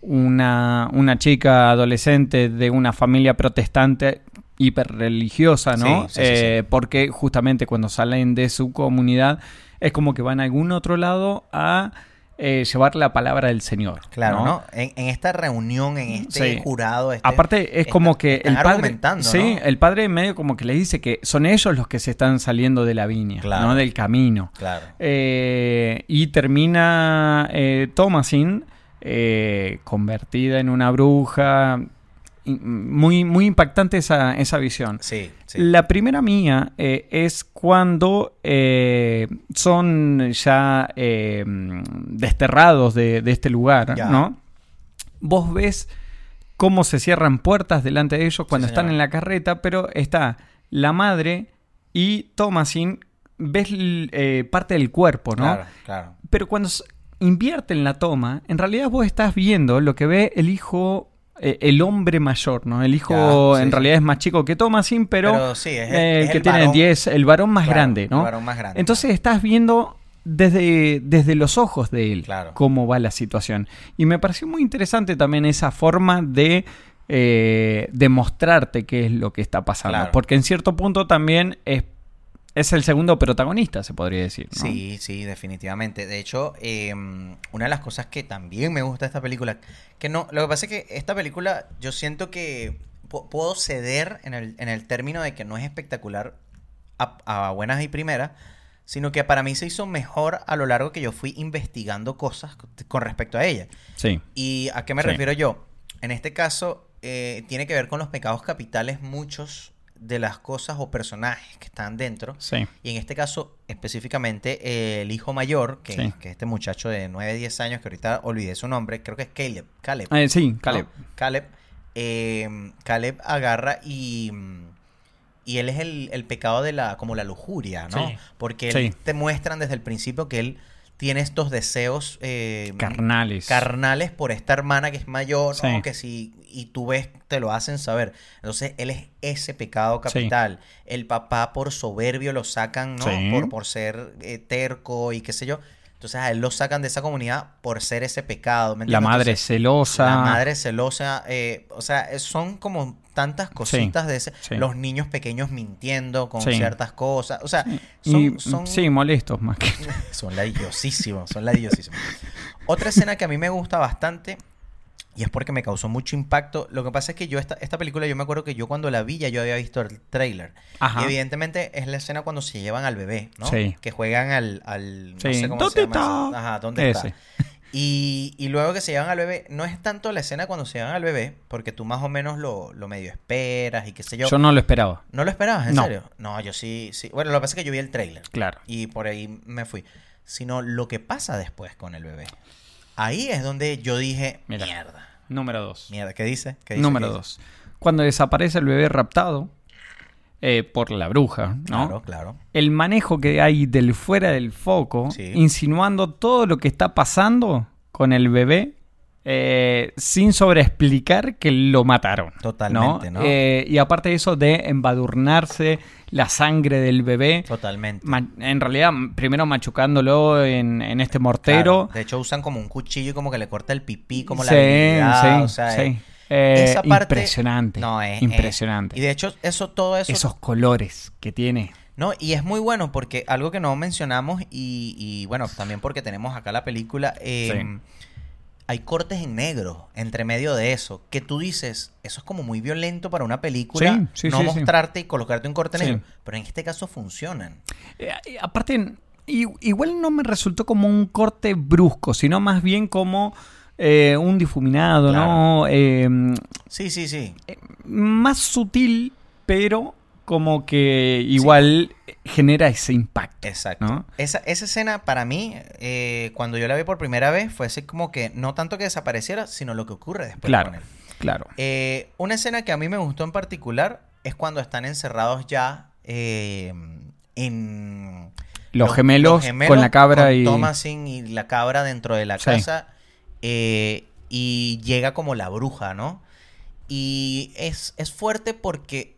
una, una chica adolescente de una familia protestante hiperreligiosa, ¿no? Sí, sí, sí, Eh, Porque justamente cuando salen de su comunidad es como que van a algún otro lado a eh, llevar la palabra del Señor. Claro, ¿no? En, en esta reunión, en este Sí. jurado. este- Aparte es está- como que están el padre, argumentando, sí, ¿no? el padre medio como que le dice que son ellos los que se están saliendo de la viña, Claro. no del camino. Claro. Eh, y termina eh, Thomasin eh, convertida en una bruja. Y, mm, Muy, muy impactante esa, esa visión. Sí, sí. La primera mía eh, es cuando eh, son ya eh, desterrados de, de este lugar, Ya. ¿no? Vos ves cómo se cierran puertas delante de ellos cuando están señor. en la carreta, pero está la madre y Thomasin, ves l- eh, parte del cuerpo, ¿no? Claro, claro. Pero cuando s- invierten la toma, en realidad vos estás viendo lo que ve el hijo, eh, el hombre mayor, ¿no? El hijo Ya, sí, en sí. realidad es más chico que Thomasin, pero, Pero sí, es el- eh, es que el tiene varón. 10, el varón más Claro, grande, ¿no? el varón más grande. Entonces estás viendo desde, desde los ojos de él Claro. cómo va la situación. Y me pareció muy interesante también esa forma de... eh, demostrarte qué es lo que está pasando. Claro. Porque en cierto punto también es, es el segundo protagonista, se podría decir. ¿no? Sí, sí, definitivamente. De hecho, eh, una de las cosas que también me gusta de esta película, que no, lo que pasa es que esta película yo siento que pu- puedo ceder en el, en el término de que no es espectacular a, a buenas y primeras, sino que para mí se hizo mejor a lo largo que yo fui investigando cosas c- con respecto a ella. Sí. ¿Y a qué me Sí. refiero yo? En este caso, eh, tiene que ver con los pecados capitales muchos de las cosas o personajes que están dentro. Sí. Y en este caso, específicamente, eh, el hijo mayor, que, Sí. que es este muchacho de 9, 10 años, que ahorita olvidé su nombre, creo que es Caleb. Caleb. Eh, sí, ¿no? Caleb. Caleb. eh, Caleb agarra y. mm, Y él es el, el pecado de la. como la lujuria, ¿no? Sí. Porque él- Sí. te muestran desde el principio que él tiene estos deseos. eh, Carnales. carnales por esta hermana que es mayor, Sí. ¿no? que si y tú ves te lo hacen saber. Entonces él es ese pecado Sí. capital. El papá por soberbio lo sacan, ¿no? Sí. Por, por ser eh, terco y qué sé yo. Entonces a él lo sacan de esa comunidad por ser ese pecado. ¿me la entiendes? madre Entonces, celosa. la madre celosa, eh, o sea, es- son como tantas cositas de ese. sí. Los niños pequeños mintiendo con Sí. ciertas cosas. O sea, son, Y- son- Sí, molestos más que. son ladillosísimos, son ladillosísimos. Otra escena que a mí me gusta bastante, y es porque me causó mucho impacto, lo que pasa es que yo esta, esta película, yo me acuerdo que yo cuando la vi ya yo había visto el tráiler. Ajá. Y evidentemente es la escena cuando se llevan al bebé, ¿no? Sí. Que juegan al... al no Sí. sé cómo ¿Dónde se llama está? eso. Ajá, ¿dónde Ese. está? Y, y luego que se llevan al bebé, no es tanto la escena cuando se llevan al bebé, porque tú más o menos lo, lo medio esperas y qué sé yo. Yo, no lo esperaba. ¿No lo esperabas, en No. serio? No, yo sí, sí. Bueno, lo que pasa es que yo vi el tráiler. Claro. Y por ahí me fui. Sino lo que pasa después con el bebé. Ahí es donde yo dije, Mira. mierda. Número dos. Mierda, ¿qué dice? ¿Qué dice? Número ¿Qué dice? dos. Cuando desaparece el bebé raptado eh, por la bruja, ¿no? Claro, claro. El manejo que hay del fuera del foco, Sí. insinuando todo lo que está pasando con el bebé, eh, sin sobreexplicar que lo mataron. ¿no? Totalmente, ¿no? Eh, y aparte de eso de embadurnarse la sangre del bebé. Totalmente. Ma- en realidad, m- primero machucándolo en, en este mortero. Claro. De hecho, usan como un cuchillo y como que le corta el pipí, como la Sí, habilidad. sí, o sea, sí. eh, Eh, esa parte- impresionante. No, es- es- impresionante. Y de hecho, eso, todo eso. Esos colores que tiene. No, y es muy bueno porque algo que no mencionamos y, y, bueno, también porque tenemos acá la película, eh, hay cortes en negro entre medio de eso, que tú dices, eso es como muy violento para una película, Sí, sí, no sí, sí. mostrarte y colocarte un corte en Sí. negro, pero en este caso funcionan. Eh, eh, aparte, i- igual no me resultó como un corte brusco, sino más bien como eh, un difuminado, ¿no? Eh, Sí, sí, sí. más sutil, pero como que igual genera ese impacto. Exacto. ¿No? Esa, esa escena para mí, eh, cuando yo la vi por primera vez, fue así como que no tanto que desapareciera, sino lo que ocurre después Claro, con él. claro. Eh, una escena que a mí me gustó en particular es cuando están encerrados ya eh, en... Los gemelos con la cabra con y- Thomasin y la cabra dentro de la Sí. casa. eh, y llega como la bruja, ¿no? Y es, es fuerte porque,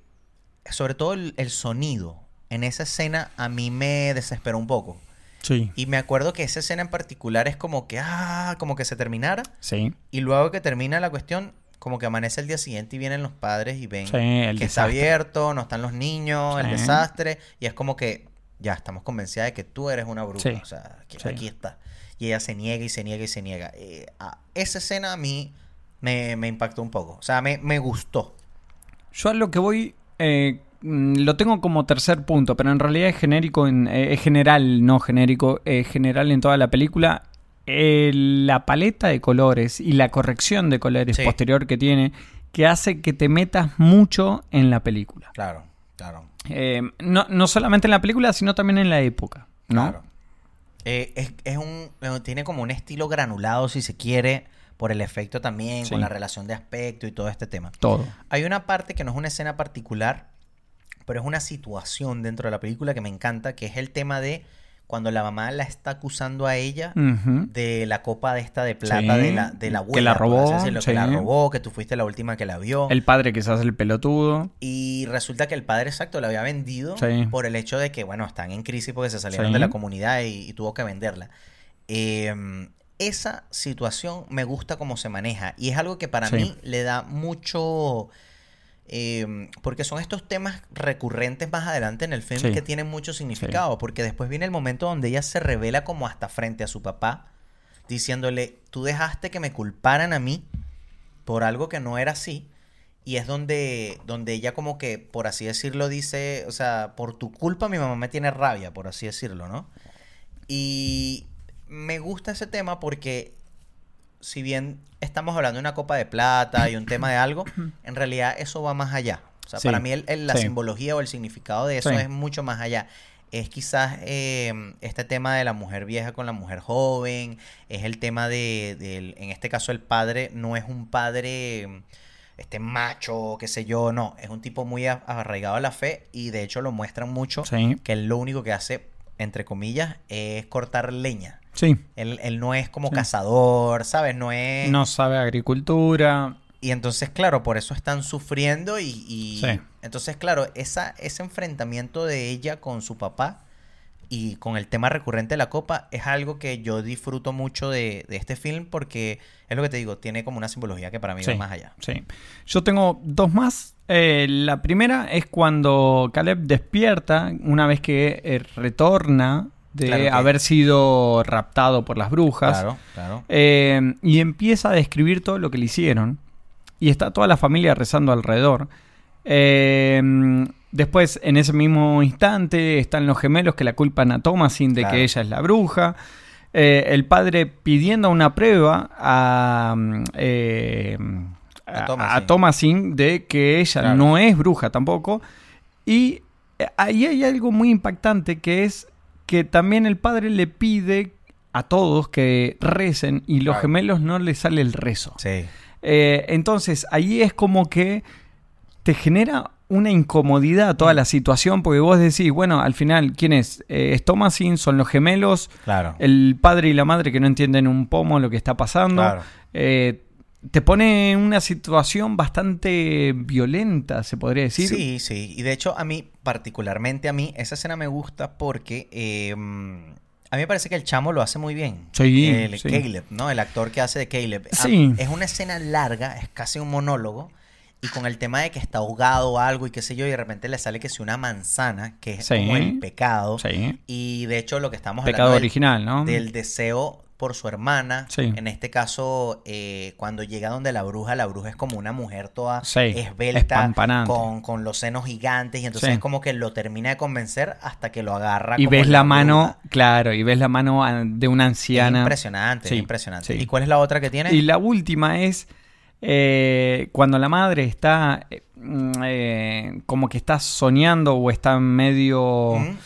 sobre todo el, el sonido en esa escena a mí me desesperó un poco. Sí. Y me acuerdo que esa escena en particular es como que, ah, como que se terminara. Sí. Y luego que termina la cuestión, como que amanece el día siguiente y vienen los padres y ven Sí, que el está desastre. abierto, no están los niños, el Sí. desastre. Y es como que ya estamos convencidas de que tú eres una bruja. Sí. O sea, que Sí. aquí está. Y ella se niega y se niega y se niega. Eh, a- esa escena a mí me, me impactó un poco. O sea, me, me gustó. Yo a lo que voy eh, mm, lo tengo como tercer punto, pero en realidad es genérico, en, eh, es general, no genérico, es general en toda la película. Eh, la paleta de colores y la corrección de colores Sí. posterior que tiene, que hace que te metas mucho en la película. Claro, claro. Eh, no, no solamente en la película, sino también en la época. ¿no? Claro. Eh, es, es un, eh, tiene como un estilo granulado, si se quiere, por el efecto también, Sí. con la relación de aspecto y todo este tema. Todo. Hay una parte que no es una escena particular, pero es una situación dentro de la película que me encanta, que es el tema de cuando la mamá la está acusando a ella Ujú. de la copa de esta de plata Mm. Sí, de la, de la que abuela. la por así robó, decirlo, que la sí. robó, que tú fuiste la última que la vio. El padre que se hace el pelotudo. Y resulta que el padre exacto la había vendido Sí. por el hecho de que, bueno, están en crisis porque se salieron Sí. de la comunidad y, y tuvo que venderla. Eh, esa situación me gusta cómo se maneja y es algo que para Sí. mí le da mucho... eh, porque son estos temas recurrentes más adelante en el film Sí. que tienen mucho significado, porque después viene el momento donde ella se revela como hasta frente a su papá, diciéndole, tú dejaste que me culparan a mí por algo que no era así. Y es donde, donde ella como que, por así decirlo, dice, o sea, por tu culpa mi mamá me tiene rabia, por así decirlo, ¿no? Y me gusta ese tema porque si bien estamos hablando de una copa de plata y un tema de algo, en realidad eso va más allá. O sea, Sí, para mí el- el- la sí. simbología o el significado de eso Sí. es mucho más allá. Es quizás eh, este tema de la mujer vieja con la mujer joven, es el tema de, del- en este caso el padre no es un padre este macho, qué sé yo, no, es un tipo muy a- arraigado a la fe y de hecho lo muestran mucho, Sí. que él lo único que hace, entre comillas, es cortar leña. Sí. Él, él no es como Sí. cazador, ¿sabes? No es... No sabe agricultura. Y entonces, claro, por eso están sufriendo y... y- Sí. Entonces, claro, esa, ese enfrentamiento de ella con su papá y con el tema recurrente de la copa es algo que yo disfruto mucho de, de este film porque es lo que te digo, tiene como una simbología que para mí Sí, va más allá. sí. Yo tengo dos más. Eh, la primera es cuando Caleb despierta una vez que eh, retorna de Claro que- haber sido raptado por las brujas. Claro, claro. Eh, y empieza a describir todo lo que le hicieron. Y está toda la familia rezando alrededor. Eh, después, en ese mismo instante, están los gemelos que la culpan a Thomasin de Claro. que ella es la bruja. Eh, el padre pidiendo una prueba a, mm, eh, A a- Thomasin. a Thomasin de que ella Claro. no es bruja tampoco. Y eh, ahí hay algo muy impactante que es que también el padre le pide a todos que recen y los Claro. gemelos no les sale el rezo. Sí. Eh, entonces ahí es como que te genera una incomodidad toda la situación porque vos decís, bueno, al final, ¿quién es? Eh, es Thomasin, son los gemelos, Claro. el padre y la madre que no entienden un pomo lo que está pasando. Claro. Eh, te pone en una situación bastante violenta, se podría decir. Sí, sí. Y de hecho, a mí, particularmente a mí, esa escena me gusta porque eh, a mí me parece que el chamo lo hace muy bien. Sí, El sí. Caleb, ¿no? El actor que hace de Caleb. A- Sí. es una escena larga, es casi un monólogo. Y con el tema de que está ahogado o algo y qué sé yo, y de repente le sale que si una manzana, que es Sí. como el pecado. Sí. Y de hecho, lo que estamos Pecado hablando. del- original, ¿no? del deseo por su hermana. Sí. En este caso, eh, cuando llega donde la bruja, la bruja es como una mujer toda Sí, esbelta, espampanante. con, con los senos gigantes, y entonces Sí. es como que lo termina de convencer hasta que lo agarra. Y como ves la, mano, bruja. claro, y ves la mano ah, de una Es anciana. impresionante, es Sí, impresionante. sí. ¿Y cuál es la otra que tiene? Y la última es eh, cuando la madre está eh, mm, eh, como que está soñando o está medio... ¿Mm?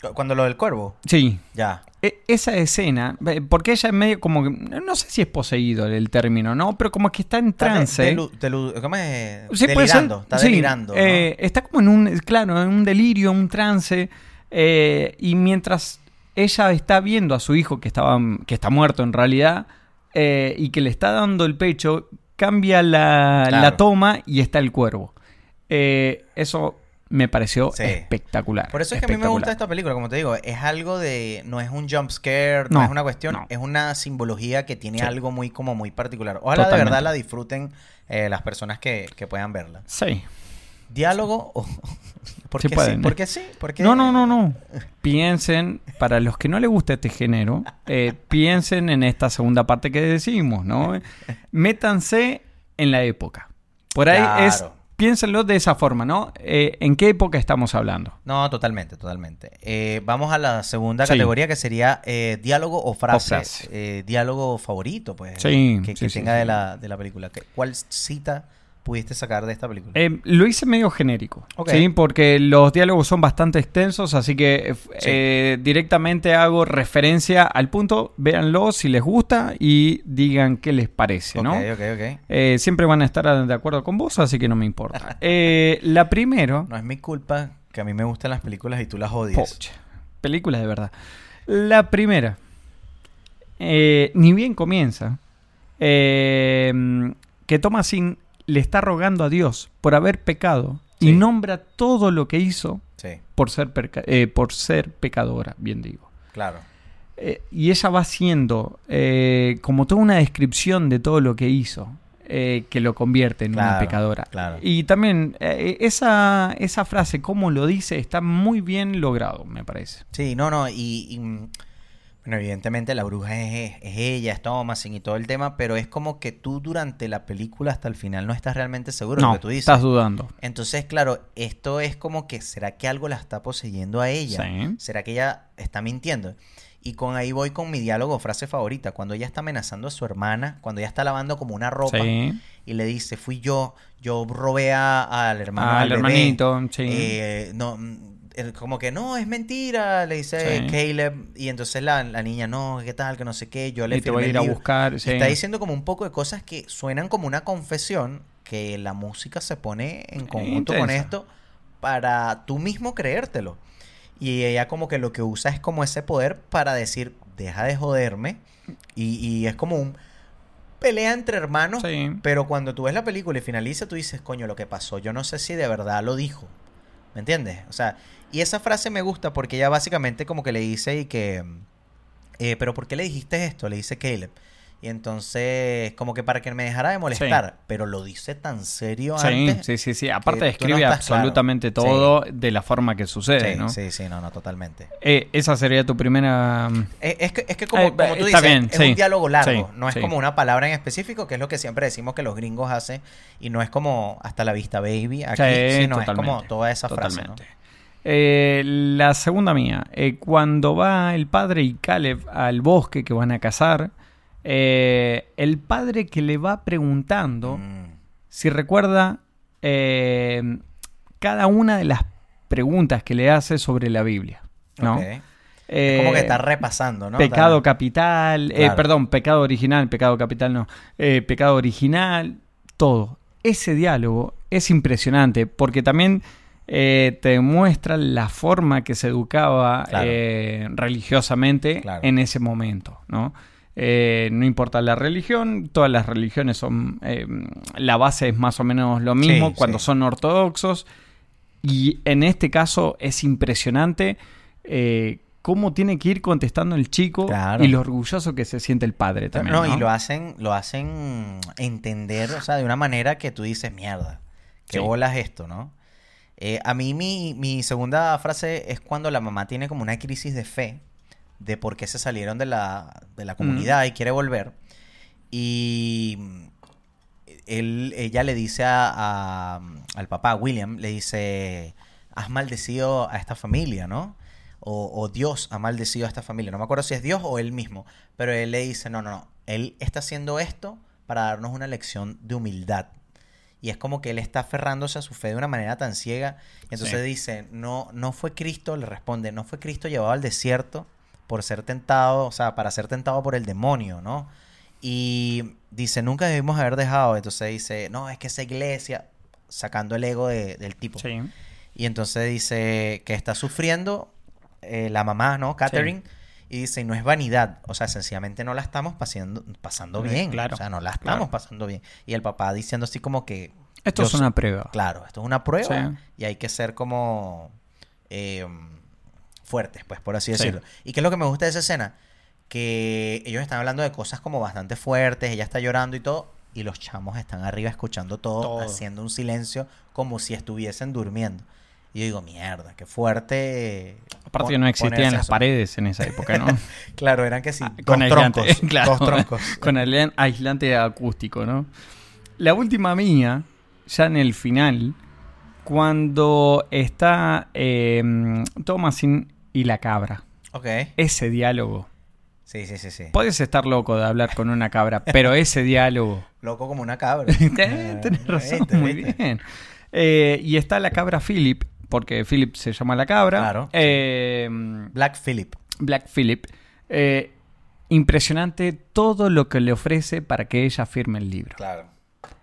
Cu- Cuando lo del cuervo. Sí. Ya. E- esa escena, eh, porque ella es medio como que, no sé si es poseído el término, ¿no? Pero como que está en Está de- trance. delu- delu- ¿Cómo es? Sí, puede ser. delirando. Está Sí, delirando. ¿no? eh, está como en un, claro, en un delirio, un trance. eh, y mientras ella está viendo a su hijo que, estaba, que está muerto en realidad, eh, y que le está dando el pecho, cambia la, Claro. la toma y está el cuervo. Eh, eso me pareció Sí. espectacular. Por eso es que a mí me gusta espectacular. esta película, como te digo, es algo de, no es un jump scare, no, No, es una cuestión, no. es una simbología que tiene Sí. algo muy como muy particular. Ojalá de Totalmente. verdad la disfruten eh, las personas que, que puedan verla. Sí. Diálogo, o porque Sí sí, pueden, ¿eh? porque sí, porque No, no, no, no. Piensen, para los que no les gusta este género, eh, piensen en esta segunda parte que decimos, ¿no? Métanse en la época. Por ahí es, Claro. piénsenlo de esa forma, ¿no? Eh, ¿En qué época estamos hablando? No, totalmente, totalmente. Eh, vamos a la segunda Sí. categoría que sería eh, diálogo o frase. frase. Eh, diálogo favorito, pues. Sí, que, sí, que sí, tenga sí. De, la, de la película. ¿Qué- ¿Cuál cita pudiste sacar de esta película? Eh, lo hice medio genérico, Ok. ¿sí? Porque los diálogos son bastante extensos, así que eh, f- Sí. eh, directamente hago referencia al punto, véanlo si les gusta y digan qué les parece, ¿no? Ok, ok, ok. Eh, siempre van a estar a- de acuerdo con vos, así que no me importa. Eh, la primero, No es mi culpa que a mí me gustan las películas y tú las odias. poch, película de verdad. La primera, eh, ni bien comienza, eh, que Thomasin le está rogando a Dios por haber pecado y Sí. nombra todo lo que hizo Sí, por ser, perca- eh, por ser pecadora, bien digo. claro. Eh, y ella va haciendo eh, como toda una descripción de todo lo que hizo, eh, que lo convierte en una Claro, pecadora. claro. Y también eh, esa, esa frase, como lo dice, está muy bien logrado, me parece. Sí, no, no, y, y, mm, bueno, evidentemente la bruja es, es- es ella, es Thomasin y todo el tema, pero es como que tú durante la película hasta el final no estás realmente seguro de no, lo que tú dices. estás dudando. Entonces, claro, esto es como que ¿será que algo la está poseyendo a ella? Sí. ¿Será que ella está mintiendo? Y con ahí voy con mi diálogo o frase favorita, cuando ella está amenazando a su hermana, cuando ella está lavando como una ropa Sí. y le dice, fui yo, yo robé a- al hermano. Al bebé". Ah, hermanito, sí. Eh, no, mm, él como que no, es mentira, le dice Sí. Caleb. Y entonces la, la niña, no, ¿qué tal? Que no sé qué, yo le Y te voy a firmé ir el a libro". buscar. Y sí. Está diciendo como un poco de cosas que suenan como una confesión, que la música se pone en conjunto con Eh, intensa. esto para tú mismo creértelo. Y ella como que lo que usa es como ese poder para decir, deja de joderme. Y, y es como un pelea entre hermanos. Sí. Pero cuando tú ves la película y finaliza, tú dices, coño, lo que pasó, yo no sé si de verdad lo dijo. ¿Me entiendes? O sea, y esa frase me gusta porque ella básicamente como que le dice y que... eh, pero ¿por qué le dijiste esto? Le dice Caleb. Y entonces, como que para que me dejara de molestar, pero lo dice tan serio Sí, antes. sí, sí, sí. Aparte tú no describe estás claro. absolutamente todo de la forma que sucede, sí, ¿no? sí, sí, no, no, totalmente. Eh, esa sería tu primera... mm, Eh, Es que, es que como, Eh, como tú está dices, bien, es sí, un diálogo largo, sí, no es sí. como una palabra en específico, que es lo que siempre decimos que los gringos hacen, y no es como hasta la vista baby, aquí, Sí, sino es como totalmente, toda esa frase. ¿no? totalmente. Eh, la segunda mía, eh, cuando va el padre y Caleb al bosque que van a cazar, eh, el padre que le va preguntando Mm, si recuerda eh, cada una de las preguntas que le hace sobre la Biblia, ¿no? ok. Es como que Eh, está repasando, ¿no? Pecado Está- capital, eh, Claro. perdón, pecado original, pecado capital no, eh, pecado original, todo. Ese diálogo es impresionante porque también eh, te muestra la forma que se educaba Claro. eh, religiosamente Claro. en ese momento, ¿no? Eh, no importa la religión, todas las religiones son, eh, la base es más o menos lo mismo Sí, cuando sí. son ortodoxos, y en este caso es impresionante eh, cómo tiene que ir contestando el chico Claro. y lo orgulloso que se siente el padre también. no, No, y lo hacen, lo hacen entender, o sea, de una manera que tú dices, mierda, qué Sí. bolas esto, ¿no? Eh, a mí mi, mi segunda frase es cuando la mamá tiene como una crisis de fe de por qué se salieron de la, de Mm. la comunidad y quiere volver. Y eh, él, ella le dice a, a- al papá, William, le dice, has maldecido a esta familia, ¿no? O, o Dios ha maldecido a esta familia. No me acuerdo si es Dios o él mismo. Pero él le dice, no, no, no. Él está haciendo esto para darnos una lección de humildad. Y es como que él está aferrándose a su fe de una manera tan ciega. Y entonces Sí. dice, no, no fue Cristo, le responde, no fue Cristo llevado al desierto por ser tentado, o sea, para ser tentado por el demonio, ¿no? Y dice, nunca debimos haber dejado. Entonces dice, no, es que esa iglesia, sacando el ego de- del tipo. Sí. Y entonces dice que está sufriendo eh, la mamá, ¿no? Catherine. Y dice, no es vanidad, o sea, sencillamente no la estamos pasando, pasando Eh, bien. claro, O sea, no la estamos claro. pasando bien. Y el papá diciendo así como que... Esto yo es so- una prueba. Claro, esto es una prueba Sí. y hay que ser como eh, fuertes, pues por así Sí. decirlo. ¿Y qué es lo que me gusta de esa escena? Que ellos están hablando de cosas como bastante fuertes, ella está llorando y todo, y los chamos están arriba escuchando todo, Todo. haciendo un silencio como si estuviesen durmiendo. Y yo digo, mierda, qué fuerte. Aparte pon- que no existían ponerse las eso". paredes en esa época, ¿no? Claro, eran que sí, Ah, dos, con aislante, troncos, claro. dos troncos. Con aislan- aislante acústico, ¿no? La última mía, ya en el final, cuando está eh, Thomasin y la cabra. Ok. Ese diálogo. Sí, sí, sí, sí. Puedes estar loco de hablar con una cabra, pero ese diálogo. Loco como una cabra. Ah, Eh, Tenés razón, Viste, muy viste. bien. Eh, y está la cabra Philip, porque Philip se llama la cabra. Claro, sí. Eh, Black Phillip. Black Philip. Eh, impresionante todo lo que le ofrece para que ella firme el libro. Claro.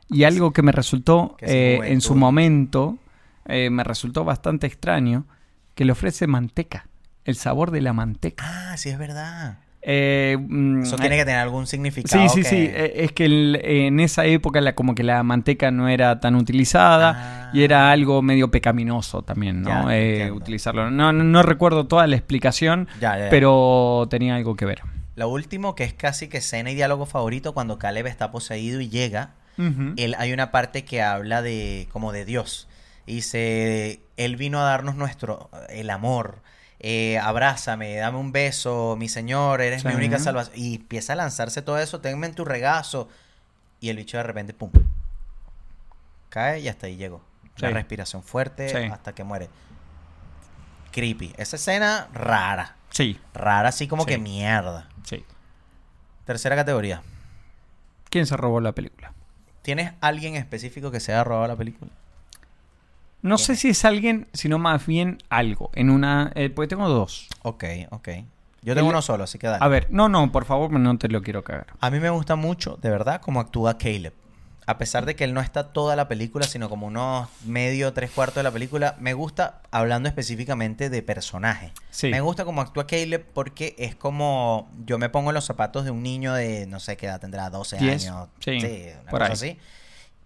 Y algo que me resultó Que es eh, en juventud. su momento, eh, me resultó bastante extraño, que le ofrece manteca, el sabor de la manteca. Ah, sí, es verdad. Eh, mm, Eso tiene eh, que tener algún significado. Sí, sí, que- sí. eh, Es que el- en esa época la, como que la manteca no era tan utilizada Ah. y era algo medio pecaminoso también, ¿no? Ya, Eh, entiendo. utilizarlo. No, no, no recuerdo toda la explicación, Ya, ya, ya. pero tenía algo que ver. Lo último, que es casi que escena y diálogo favorito, cuando Caleb está poseído y llega, él, hay una parte que habla de como de Dios. Y Dice, Él vino a darnos nuestro, el amor. Eh, abrázame, dame un beso, mi señor, eres mi Sí. única salvación. Y empieza a lanzarse todo eso, tenme en tu regazo. Y el bicho de repente, pum, cae y hasta ahí llegó. Una Sí. respiración fuerte Sí. hasta que muere. Creepy. Esa escena rara. Sí, Rara, así como Sí. que mierda. sí. Tercera categoría. ¿Quién se robó la película? ¿Tienes alguien específico que se haya robado la película? No sé si es alguien, sino más bien algo. En una, eh, porque tengo dos. Ok, ok. Yo tengo El- uno solo, así que dale. A ver, no, no, por favor, no te lo quiero cagar. A mí me gusta mucho, de verdad, cómo actúa Caleb. A pesar de que él no está toda la película, sino como unos medio, tres cuartos de la película, me gusta, hablando específicamente de personaje. Sí. Me gusta cómo actúa Caleb porque es como, yo me pongo en los zapatos de un niño de, no sé qué edad tendrá, 12 Diez, años. sí, una por cosa ahí. así.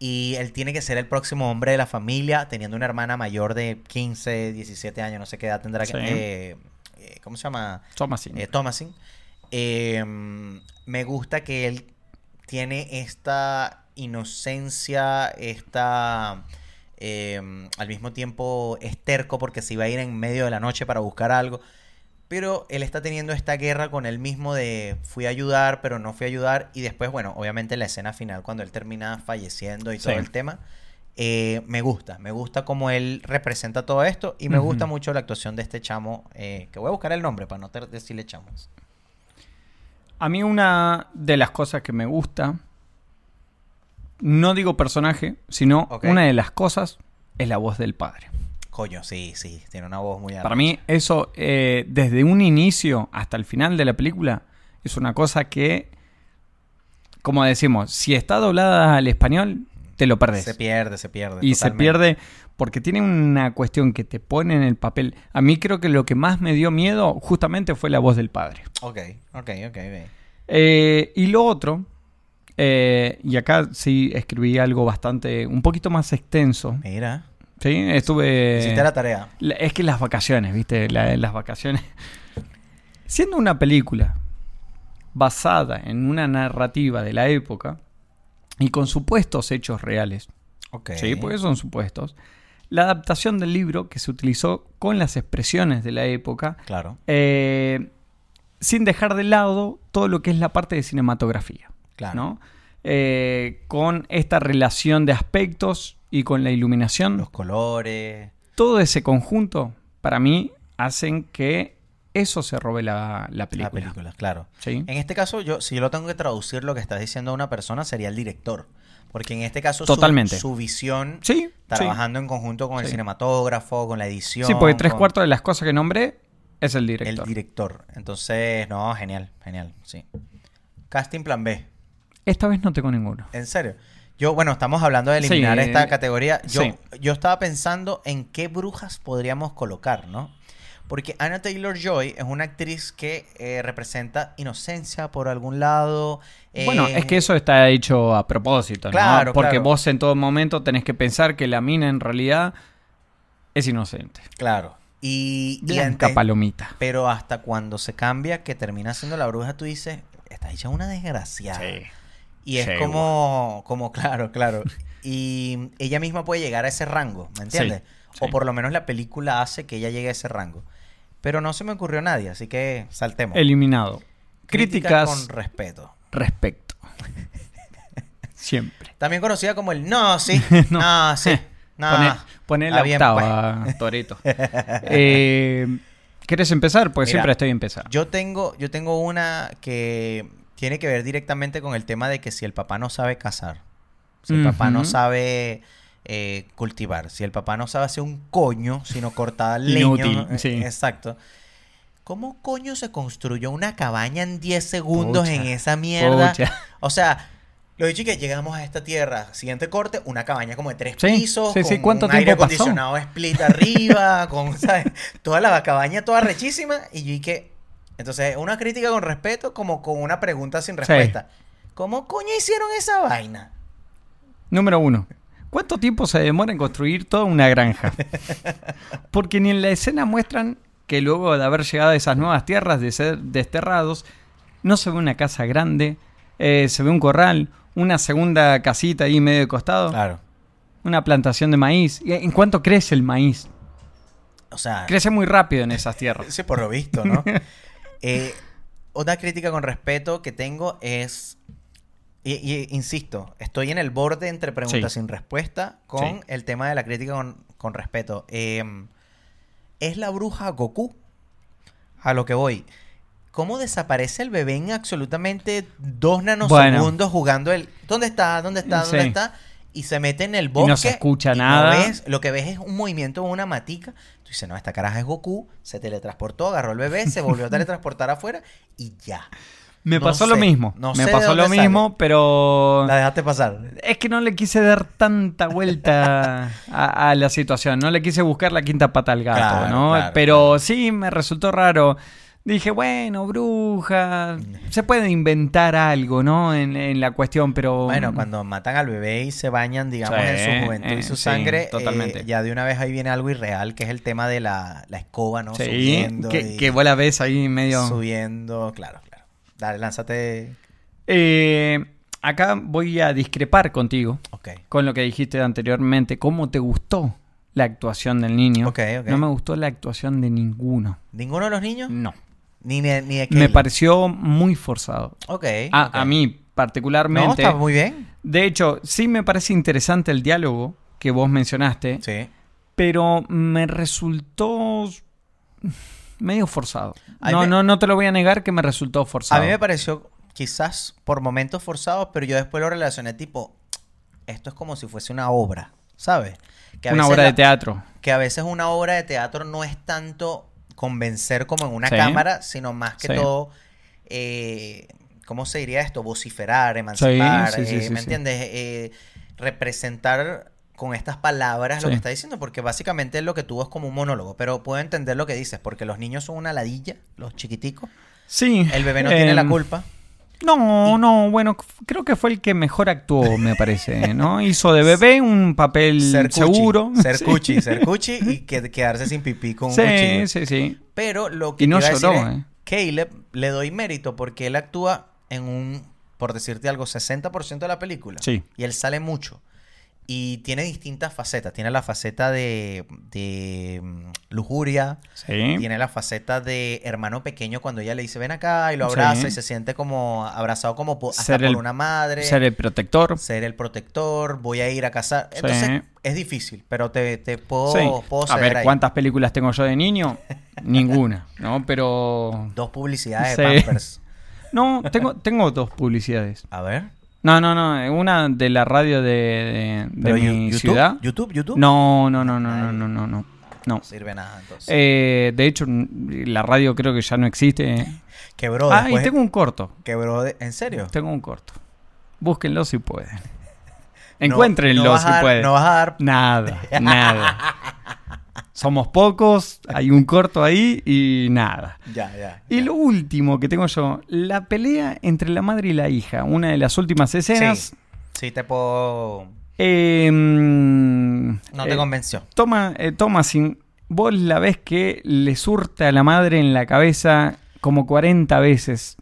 Y él tiene que ser el próximo hombre de la familia, teniendo una hermana mayor de 15, 17 años, no sé qué edad tendrá. que- Sí. eh, eh, ¿Cómo se llama? Toma así. eh, Thomasin. Eh, me gusta que él tiene esta inocencia, esta... eh, al mismo tiempo esterco porque se iba a ir en medio de la noche para buscar algo. Pero él está teniendo esta guerra con él mismo de fui a ayudar, pero no fui a ayudar. Y después, bueno, obviamente la escena final, cuando él termina falleciendo y todo Sí. el tema, eh, me gusta. Me gusta cómo él representa todo esto. Y me Ujú. gusta mucho la actuación de este chamo, eh, que voy a buscar el nombre para no te- decirle chamos. A mí una de las cosas que me gusta, no digo personaje, sino Ok. una de las cosas es la voz del padre. Coño, sí, sí, tiene una voz muy Para mí eso, eh, desde un inicio hasta el final de la película, es una cosa que, como decimos, si está doblada al español, te lo perdés. Se pierde, se pierde. y se totalmente. pierde porque tiene una cuestión que te pone en el papel. A mí creo que lo que más me dio miedo justamente fue la voz del padre. Ok, ok, ok. ok. Eh, y lo otro, eh, y acá sí escribí algo bastante, un poquito más extenso. Mira, ¿sí? Estuve... Eh, hiciste la tarea. La- Es que las vacaciones, ¿viste? La- las vacaciones. Siendo una película basada en una narrativa de la época y con supuestos hechos reales, Ok. sí, pues. porque son supuestos, la adaptación del libro que se utilizó con las expresiones de la época, Claro, eh, sin dejar de lado todo lo que es la parte de cinematografía. claro. ¿no? Eh, con esta relación de aspectos y con la iluminación Los colores. todo ese conjunto, para mí, hacen que eso se robe la, la película. La película, claro. ¿Sí? En este caso, yo, si yo lo tengo que traducir lo que estás diciendo a una persona, sería el director. Porque en este caso, su- Totalmente. Su, visión, Sí, trabajando en conjunto con el Sí. cinematógrafo, con la sí. edición. Sí, porque tres con cuartos de las cosas que nombré es el El director. director. Entonces, no, genial, genial, sí. Casting plan B. Esta vez no tengo ninguno. En serio. Yo, bueno, estamos hablando de Sí, eliminar esta eh, categoría. Yo, sí. yo estaba pensando en qué brujas podríamos colocar, ¿no? Porque Anna Taylor Joy es una actriz que eh, representa inocencia por algún lado. eh, Bueno, es que eso está hecho a propósito, ¿no? Claro, Porque claro. vos en todo momento tenés que pensar que la mina en realidad es inocente. Claro. Y, y Blanca antes- palomita. Pero hasta cuando se cambia, que termina siendo la bruja, tú dices, está hecha una desgraciada. Y es Sí, como, como, claro, claro. Y ella misma puede llegar a ese rango, ¿me entiendes? sí. O por lo menos la película hace que ella llegue a ese rango. Pero no se me ocurrió nadie, así que saltemos. Eliminado. Crítica Críticas con respeto. respecto. Siempre. También conocida como el no, sí, no, sí, no. Poné- poné la Está bien, pues. octava, Toreto. Eh, ¿Quieres empezar? Pues Mira, siempre estoy empezando. Yo tengo, yo tengo una que tiene que ver directamente con el tema de que si el papá no sabe cazar, si el papá no Ujú. sabe eh, cultivar, si el papá no sabe hacer un coño, sino cortar leño. Inútil, eh, sí. Exacto. ¿Cómo coño se construyó una cabaña en 10 segundos en Pucha, esa mierda? pucha. O sea, lo dicho es que llegamos a esta tierra, siguiente corte, una cabaña como de tres Sí, pisos, sí, sí, con ¿cuánto un aire tiempo pasó? acondicionado split arriba, con ¿sabes? toda la cabaña toda rechísima, y yo y que entonces, una crítica con respeto como con una pregunta sin respuesta. ¿Cómo coño hicieron esa vaina? Número uno. ¿Cuánto tiempo se demora en construir toda una granja? Porque ni en la escena muestran que luego de haber llegado a esas nuevas tierras, de ser desterrados, no se ve una casa grande, eh, se ve un corral, una segunda casita ahí medio de costado, Claro. una plantación de maíz. ¿Y ¿En cuánto crece el maíz? O sea, Crece muy rápido en esas tierras. sí, por lo visto, ¿no? Eh, otra crítica con respeto que tengo es. Y, y insisto, estoy en el borde entre preguntas Sí. sin respuesta con Sí. el tema de la crítica con, con respeto. Eh, ¿Es la bruja Goku? A lo que voy. ¿Cómo desaparece el bebé en absolutamente dos nanosegundos jugando el... ¿Dónde está? ¿Dónde está? ¿Dónde Sí. está? Y se mete en el no bosque. se escucha y no nada. ves. lo que ves es un movimiento de una matica. Tú dices, no, esta caraja es Goku. Se teletransportó, agarró el bebé, se volvió a teletransportar afuera y ya. Me No pasó lo sé, mismo. no me sé de pasó lo dónde sale. mismo, pero... La dejaste pasar. Es que no le quise dar tanta vuelta a, a la situación. No le quise buscar la quinta pata al gato, Claro, ¿no? claro, Pero sí me resultó raro. Dije, bueno, bruja. Mm. Se puede inventar algo, ¿no? En, en la cuestión, pero. Bueno, cuando matan al bebé y se bañan, digamos, Sí, en su juventud eh, y su sí, sangre, eh, totalmente. ya de una vez ahí viene algo irreal, que es el tema de la, la escoba, ¿no? Sí, Subiendo que, y- que vos la ves ahí medio. Subiendo, claro, claro. Dale, lánzate. Eh, acá voy a discrepar contigo Ok. con lo que dijiste anteriormente. ¿Cómo te gustó la actuación del niño? Ok, ok. No me gustó la actuación de ninguno. ¿Ninguno de los niños? No. Ni, ni, ni de Me Kaylee. pareció muy forzado. Ok. A, ok. a mí No, particularmente. está muy bien. De hecho, sí me parece interesante el diálogo que vos mencionaste, Sí. pero me resultó medio forzado. A No, mí me- no, no te lo voy a negar que me resultó A forzado. mí me pareció quizás por momentos forzados, pero yo después lo relacioné tipo, esto es como si fuese una obra, ¿sabes? Que a Una veces obra la- de teatro. Que a veces una obra de teatro no es tanto convencer como en una Sí. cámara, sino más que Sí. todo, eh, ¿cómo se diría esto? Vociferar, emancipar, sí, sí, eh, sí, ¿me sí. entiendes? Eh, representar con estas palabras lo Sí. que está diciendo, porque básicamente lo que tuvo es como un monólogo, pero puedo entender lo que dices, porque los niños son una ladilla, los chiquiticos, Sí. el bebé no tiene la em, culpa. No, Y- no, bueno, c- creo que fue el que mejor actuó, me parece, ¿no? Hizo de bebé un papel ser cuchi, seguro. Ser Sí. cuchi, ser cuchi y que- quedarse sin pipí con un Sí, cuchillo. sí, sí. Pero lo que Y no te iba a decir lloró, es, eh. Caleb le doy mérito porque él actúa en un, por decirte algo, 60% de la película. Sí. Y él sale mucho. Y tiene distintas facetas. Tiene la faceta de, de mm, lujuria. Sí. Tiene la faceta de hermano pequeño cuando ella le dice ven acá y lo abraza Sí. y se siente como abrazado como po- hasta Ser por el- una madre Ser el protector. ser el protector, voy a ir a cazar. Entonces, Sí. es difícil, pero te, te puedo, Sí. Oh, puedo A ceder ver, ahí. ¿cuántas películas tengo yo de niño? Ninguna, ¿no? Pero... Dos publicidades de Sí. Pampers. No, tengo, tengo dos publicidades. A ver. No, no, no. Una de la radio de, de- de Pero Yu- mi YouTube, ciudad. YouTube, YouTube. No, no, no, no, no, no, no, no. No. No sirve nada, entonces. Eh, de hecho, n- la radio creo que ya no existe. quebró Ah, y después. tengo un corto. Quebró. de- pues, ¿En serio? Tengo un corto. Búsquenlo si pueden. No- Encuéntrenlo no vas si a dar- pueden. No vas a dar. Nada, nada. somos pocos, hay un corto ahí y nada. Ya, ya. Y lo último que tengo yo, la pelea entre la madre y la hija, una de las últimas escenas. Sí, sí te puedo... Eh, No no te convenció. Toma, eh, Thomasin, vos la ves que le surta a la madre en la cabeza como 40 veces.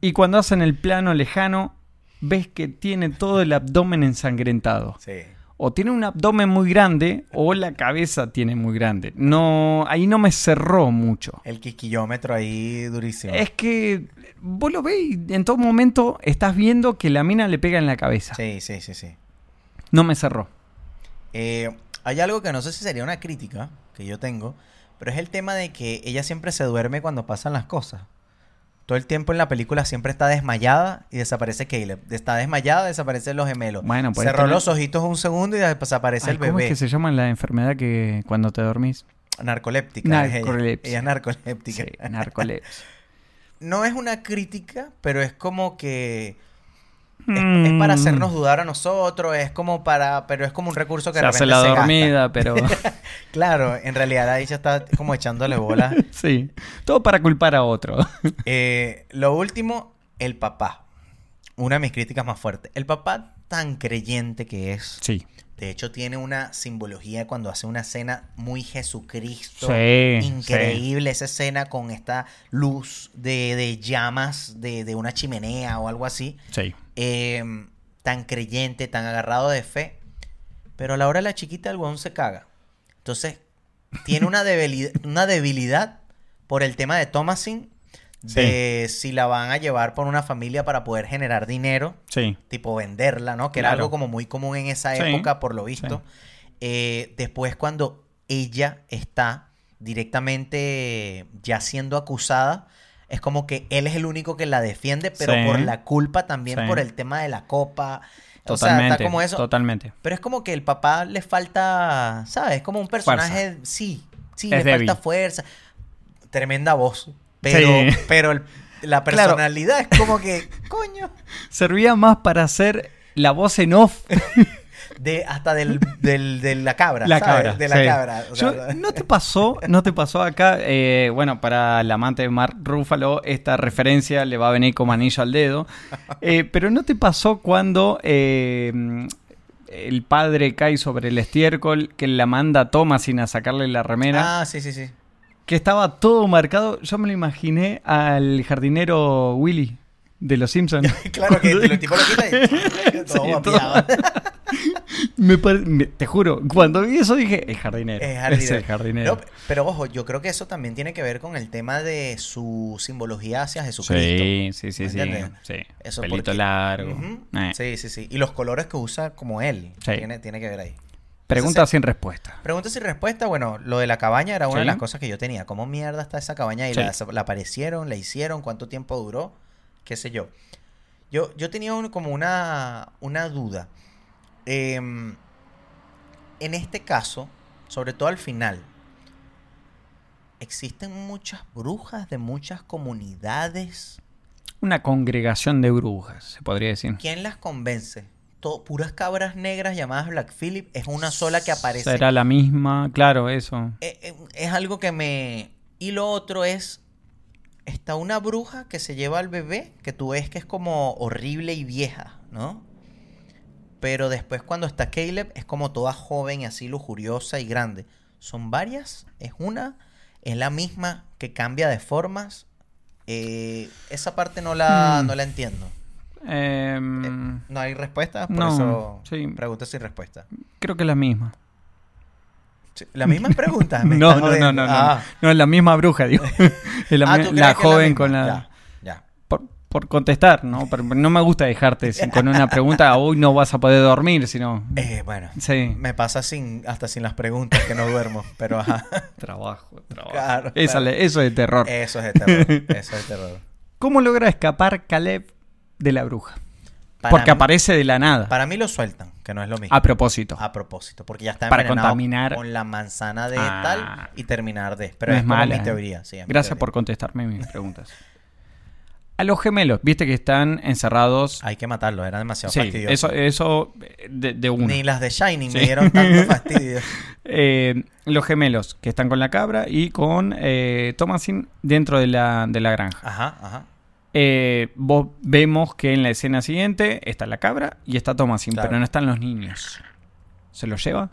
Y cuando hacen el plano lejano, ves que tiene todo el abdomen ensangrentado. Sí. O tiene un abdomen muy grande o la cabeza tiene muy grande. No, ahí no me cerró mucho. El quisquillómetro ahí durísimo. Es que vos lo ves y en todo momento estás viendo que la mina le pega en la cabeza. Sí, sí, sí, sí. No me cerró. Eh, hay algo que no sé si sería una crítica que yo tengo, pero es el tema de que ella siempre se duerme cuando pasan las cosas. Todo el tiempo en la película siempre está desmayada y desaparece Caleb. Está desmayada, desaparecen los gemelos. Bueno, pues Cerró esto no- los ojitos un segundo y desaparece Ay, el ¿Cómo bebé. es que se llama la enfermedad que cuando te dormís? Narcoléptica. es ella. Ella, Narcolepsia. es narcoléptica. Sí, narcolepsia. No es una crítica, pero es como que es, es para Mm. hacernos dudar a nosotros, es como para, pero es como un recurso que Se de hace repente la se gasta. dormida, pero Claro, en realidad ahí ya está como echándole bolas. sí. Todo para culpar a otro. Eh, lo último, el papá. Una de mis críticas más fuertes. El papá tan creyente que es. Sí. De hecho, tiene una simbología cuando hace una cena muy Jesucristo. Sí, Increíble esa escena con esta luz de, de llamas de, de una chimenea o algo así. Sí. Eh, tan creyente, tan agarrado de fe. Pero a la hora de la chiquita, el huevón se caga. Entonces, tiene una debilidad, una debilidad por el tema de Thomasin. De si la van a llevar por una familia para poder generar dinero Sí. tipo venderla, ¿no? Que era Claro. algo como muy común en esa Sí, época, por lo visto. Eh, después, cuando ella está directamente ya siendo acusada, es como que él es el único que la defiende, pero Sí. por la culpa también, Sí. por el tema de la copa. o sea, Totalmente. está como eso. Totalmente. Pero es como que el papá le falta, ¿sabes? Es como un personaje, sí, sí, Es le débil. falta fuerza. Tremenda voz. Pero, Sí. pero el- la Claro. personalidad es como que, coño. Servía más para hacer la voz en off De, hasta del, del- de la cabra. La ¿sabes? cabra. De la sí. cabra. o sea, Yo- ¿No te pasó? ¿No te pasó acá? eh, bueno, para el amante de Mark Ruffalo, esta referencia le va a venir como anillo al dedo. Eh, pero ¿no te pasó cuando eh, el padre cae sobre el estiércol, que la manda a Thomasin a sacarle la remera? Ah, sí, sí, sí. Que estaba todo marcado. Yo me lo imaginé al jardinero Willy de los Simpsons. Claro que el tipo lo quita y todo Sí, vapeado. Me pare- me- te juro, cuando vi eso dije, el jardinero. Es Es, jardinero. el jardinero. No, pero ojo, yo creo que eso también tiene que ver con el tema de su simbología hacia Jesucristo. sí, ¿me entiendes? Eso porque- Ujú. Sí, sí, sí. Y los colores que usa como él. Eh. Sí. Tiene, tiene que ver ahí. Pregunta sin respuesta. Preguntas y respuestas, bueno, lo de la cabaña era una de Sí. las cosas que yo tenía. ¿Cómo mierda está esa cabaña? Y Sí. la, la aparecieron, la hicieron, cuánto tiempo duró, qué sé yo. Yo, yo tenía un- como una, una duda. Em, en este caso, sobre todo al final, existen muchas brujas de muchas comunidades. Una congregación de brujas, se podría decir. ¿Quién las convence? To- puras cabras negras llamadas Black Phillip es una sola que aparece Será la misma, claro, eso. Eh, eh, es algo que me... Y lo otro es, está una bruja que se lleva al bebé, que tú ves que es como horrible y vieja, ¿no? Pero después cuando está Caleb es como toda joven y así lujuriosa y grande. Son varias, es una, es la misma que cambia de formas. Eh, esa parte no la, Hmm. no la entiendo. Eh, Em, no hay respuesta, por no, eso sí. preguntas sin respuesta. creo que es la misma. Sí, La misma pregunta. No, me no, estás no, no, jodiendo. no, Ah. no, es la misma bruja, digo. Es la, Ah, mi- ¿tú la crees que es joven misma? con la... Ya, Por, por contestar, ¿no? Pero no me gusta dejarte sin- con una pregunta, "Ah, hoy no vas a poder dormir, sino... ya. Eh, bueno, Sí. me pasa sin, hasta sin las preguntas que no duermo, pero ajá. Trabajo, trabajo. Claro, Esa claro. Eh, le- Eso es de terror. Eso es de terror. Eso es de terror. ¿Cómo logra escapar Caleb de la bruja? Para Porque mí- aparece de la nada. Para mí Ah, lo sueltan, que no es lo mismo. A propósito. A propósito, porque ya está Para envenenado contaminar. con la manzana de Ah. tal y terminar de. Pero No es, es como mala, mi ¿eh? teoría. sí, es mi Gracias teoría. por contestarme mis preguntas. a los gemelos, viste que están encerrados. Hay que matarlo, era demasiado Sí, fastidioso. eso, eso de, de uno. Ni las de Shining Sí. me dieron tanto fastidio. Eh, los gemelos, que están con la cabra y con eh, Thomasin dentro de la, de la granja. Ajá, ajá. Eh, vos vemos que en la escena siguiente está la cabra y está Thomasin, Claro. pero no están los niños. ¿Se los lleva?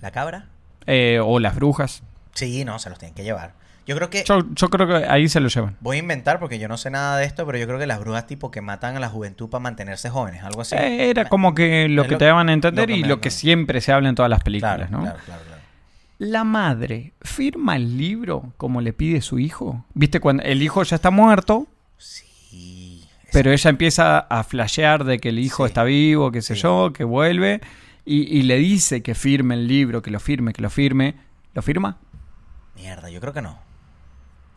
¿La cabra? Eh, o las brujas. Sí, no, se los tienen que llevar. Yo creo que. Yo, yo creo que ahí se los llevan. Voy a inventar porque yo no sé nada de esto, pero yo creo que las brujas tipo que matan a la juventud para mantenerse jóvenes, algo así. Ah, Eh, era como que lo Es que lo- te daban a lo entender que y me- lo que siempre se habla en todas las películas, claro, ¿no? claro, claro, claro. La madre firma el libro como le pide su hijo. Viste, cuando el hijo ya está muerto, Sí. es- pero ella empieza a flashear de que el hijo Sí. está vivo, qué sé Sí. yo, que vuelve, y, y le dice que firme el libro, que lo firme, que lo firme. ¿Lo firma? Mierda, yo creo que no.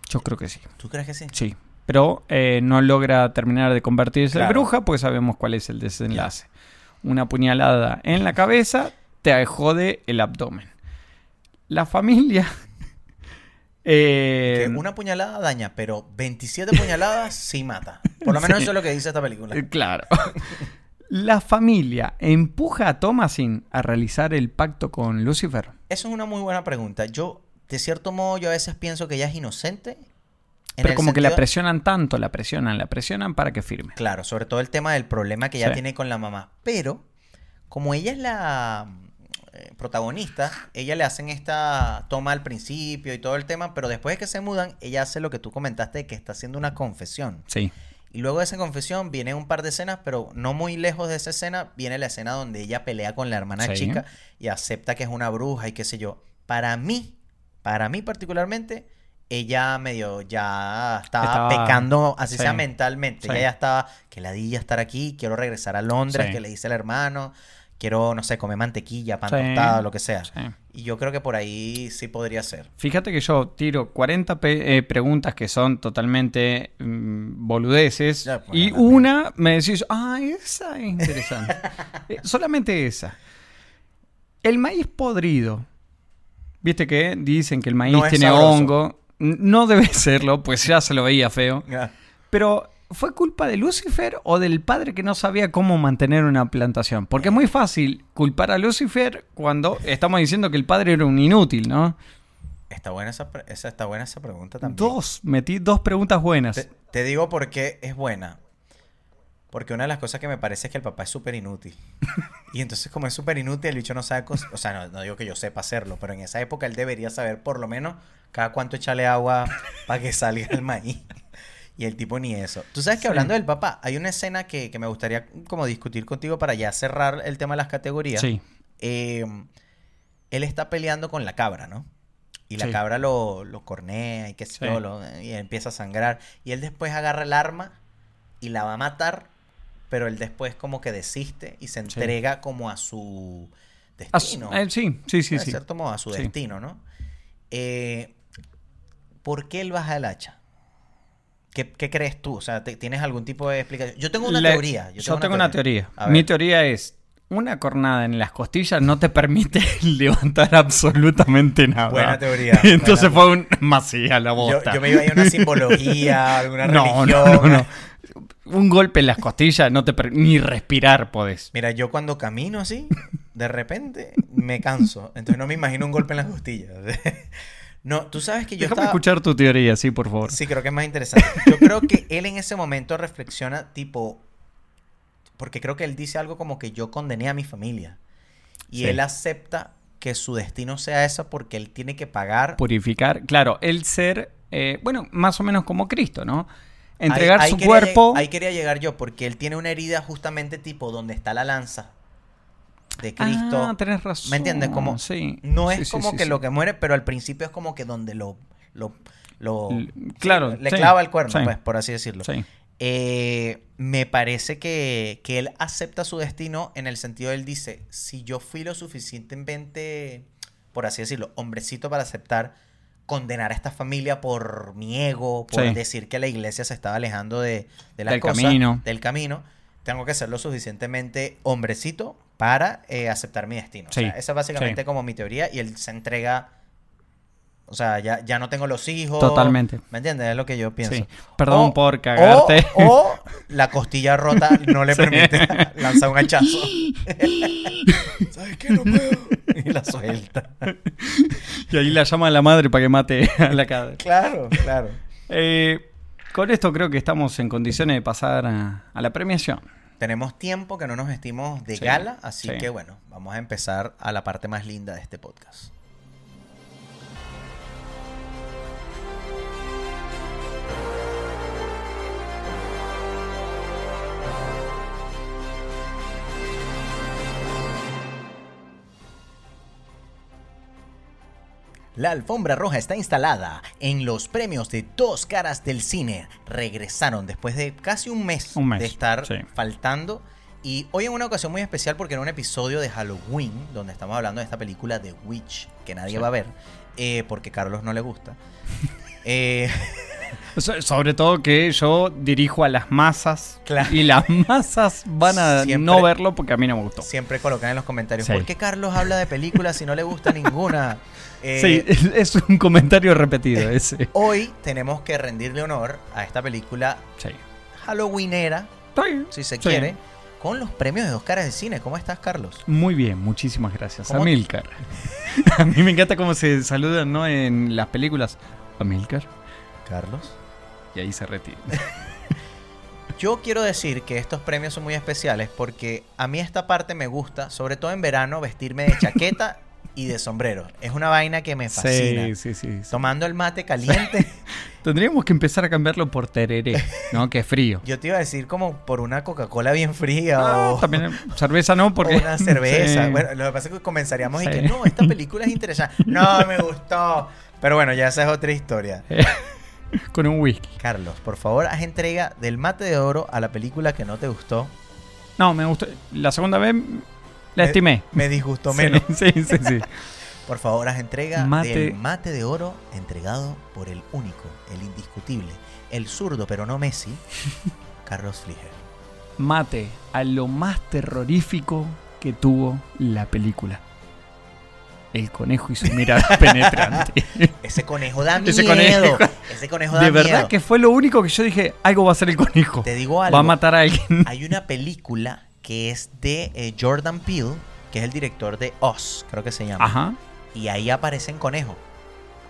Yo creo que sí. ¿Tú crees que sí? Sí. Pero eh, no logra terminar de convertirse en Claro. bruja porque sabemos cuál es el desenlace. Una puñalada en la cabeza te jode el abdomen. La familia. eh, Que em, una puñalada daña, pero 27 puñaladas sí mata. Por lo menos Sí. eso es lo que dice esta película. eh, Claro. La familia empuja a Thomasin a realizar el pacto con Lucifer. Esa es una muy buena pregunta. Yo, de cierto modo, yo a veces pienso que ella es inocente. en Pero el como que la sentido- presionan tanto, la presionan, la presionan para que firme. Claro, sobre todo el tema del problema que ella Sí. tiene con la mamá. Pero, como ella es la eh, protagonista, ella le hacen esta toma al principio y todo el tema, pero después de que se mudan, ella hace lo que tú comentaste, de que está haciendo una confesión. Sí. Y luego de esa confesión viene un par de escenas, pero no muy lejos de esa escena viene la escena donde ella pelea con la hermana Sí. chica y acepta que es una bruja y qué sé yo. Para mí, para mí particularmente, ella medio ya estaba, Estaba- pecando, así sí. sea mentalmente. Sí. Ella ya estaba, que la di ya estar aquí, quiero regresar a Londres, Sí. que le dice el hermano, quiero, no sé, comer mantequilla, pan Sí. tostado, lo que sea. sí. Y yo creo que por ahí sí podría ser. Fíjate que yo tiro 40 pe- eh, preguntas que son totalmente mm, boludeces Ya, bueno, y también. una me decís, ah, esa es interesante. Eh, solamente esa. El maíz podrido. Viste que dicen que el maíz No es tiene sabroso. hongo. N- No debe serlo, pues ya se lo veía feo. Ah, Pero, ¿fue culpa de Lucifer o del padre que no sabía cómo mantener una plantación? Porque es muy fácil culpar a Lucifer cuando estamos diciendo que el padre era un inútil, ¿no? Está buena esa, pre- esa- está buena esa pregunta también. Dos, metí dos preguntas buenas. Te, te digo por qué es buena. Porque una de las cosas que me parece es que el papá es súper inútil. Y entonces, como es súper inútil, el bicho no sabe. cos- O sea, no, no digo que yo sepa hacerlo, pero en esa época él debería saber por lo menos cada cuánto echarle agua para que salga el maíz. Y el tipo ni eso. Tú sabes que hablando del papá, hay una escena que, que me gustaría como discutir contigo para ya cerrar el tema de las categorías. Sí, Eh, él está peleando con la cabra, ¿no? Y la Sí. cabra lo, lo cornea y qué sé Sí. yo, lo- y empieza a sangrar. Y él después agarra el arma y la va a matar, pero él después como que desiste y se Sí. entrega como a su Ah, s- destino. eh, sí, sí, sí. de sí. Ah, cierto modo, a su Sí. destino, ¿no? Eh, ¿Por qué él baja el hacha? ¿Qué, qué crees tú? O sea, te- ¿tienes algún tipo de explicación? Yo tengo una La- teoría. Yo, tengo, una teoría. A Mi ver. teoría es, una cornada en las costillas no te permite levantar absolutamente nada. Buena teoría. Ah. Entonces Buena- fue un masía la Yo, bosta. yo me iba a ir a una simbología, alguna no, religión. no, no, no. Un golpe en las costillas no te per- ni respirar podés. Mira, yo cuando camino así, de repente me canso. Entonces no me imagino un golpe en las costillas. No, tú sabes que yo Déjame estaba... escuchar tu teoría, sí, por favor. Sí, creo que es más interesante. Yo creo que él en ese momento reflexiona tipo... Porque creo que él dice algo como que yo condené a mi familia. Y Sí. él acepta que su destino sea eso porque él tiene que pagar... Purificar, claro, el ser, eh, bueno, más o menos como Cristo, ¿no? Ahí- Entregar ahí su quería lleg- cuerpo. Ahí quería llegar yo, porque él tiene una herida justamente tipo donde está la lanza de Cristo. Ah, tenés razón. ¿Me entiendes? Como, Sí. No Sí, es sí, como sí, que sí. lo que muere, pero al principio es como que donde lo. lo, lo- L- sí, claro, Le sí, clava el cuerno, sí. pues, por así decirlo. Sí. Eh, me parece que, que él acepta su destino en el sentido de él dice: si yo fui lo suficientemente, por así decirlo, hombrecito para aceptar condenar a esta familia por mi ego, por Sí. decir que la iglesia se estaba alejando de, de las Del cosas, camino. del camino, tengo que ser lo suficientemente hombrecito para eh, aceptar mi destino. O Sí, sea, esa es básicamente sí. como mi teoría y él se entrega O sea, ya, ya no tengo los hijos. Totalmente. ¿Me entiendes? Es lo que yo pienso. Sí. Perdón por cagarte. O, o la costilla rota no le Sí. permite lanzar un hachazo. ¿Sabes qué? No puedo. Y la suelta. Y ahí la llama a la madre para que mate a la cadena. Claro, claro. Eh, con esto creo que estamos en condiciones de pasar a, a la premiación. Tenemos tiempo que no nos vestimos de Sí, gala, así sí. que bueno, vamos a empezar a la parte más linda de este podcast. La alfombra roja está instalada en los premios de Dos Caras del Cine. Regresaron después de casi un mes, Un mes, de estar sí. faltando. Y hoy en una ocasión muy especial porque en un episodio de Halloween, donde estamos hablando de esta película de Witch, que nadie Sí. va a ver, eh, porque Carlos no le gusta. Eh, So- sobre todo que yo dirijo a las masas. Claro. Y las masas van a Siempre- no verlo porque a mí no me gustó. siempre colocan en los comentarios, Sí. ¿por qué Carlos habla de películas si no le gusta ninguna? Eh, Sí, es un comentario repetido ese. Hoy tenemos que rendirle honor a esta película Sí. Halloweenera, Está bien. si se Sí. quiere, con los premios de dos caras de cine. ¿Cómo estás, Carlos? Muy bien, muchísimas gracias. ¿Cómo- Amilcar. A mí me encanta cómo se saludan, ¿no? En las películas. Amilcar. Carlos. Y ahí se retira. Yo quiero decir que estos premios son muy especiales porque a mí esta parte me gusta, sobre todo en verano, vestirme de chaqueta y de sombrero. Es una vaina que me fascina. Sí, sí, sí. sí. Tomando el mate caliente, Tendríamos que empezar a cambiarlo por tereré, ¿no? Que es frío. yo te iba a decir como por una Coca-Cola bien fría Ah, o, también cerveza no, o porque... Oh. una cerveza. Sí. Bueno, lo que pasa es que comenzaríamos y Sí. que no, esta película es interesante. No, me gustó. Pero bueno, ya esa es otra historia. Con un whisky. Carlos, por favor, haz entrega del mate de oro a la película que no te gustó. No, me gustó. La segunda vez Me- la estimé. Me disgustó Sí, menos. Sí, sí, sí. Por favor, haz entrega Mate. del mate de oro entregado por el único, el indiscutible, el zurdo pero no Messi, Carlos Fliger. Mate a lo más terrorífico que tuvo la película. El conejo y su mirada penetrante. Ese conejo da miedo. Ese Ese conejo, conejo. da De verdad miedo. que fue lo único que yo dije, algo va a ser el conejo. Te digo Va a algo. matar a alguien. Hay una película que es de eh, Jordan Peele, que es el director de Oz, creo que se llama. Ajá. Y ahí aparecen conejos.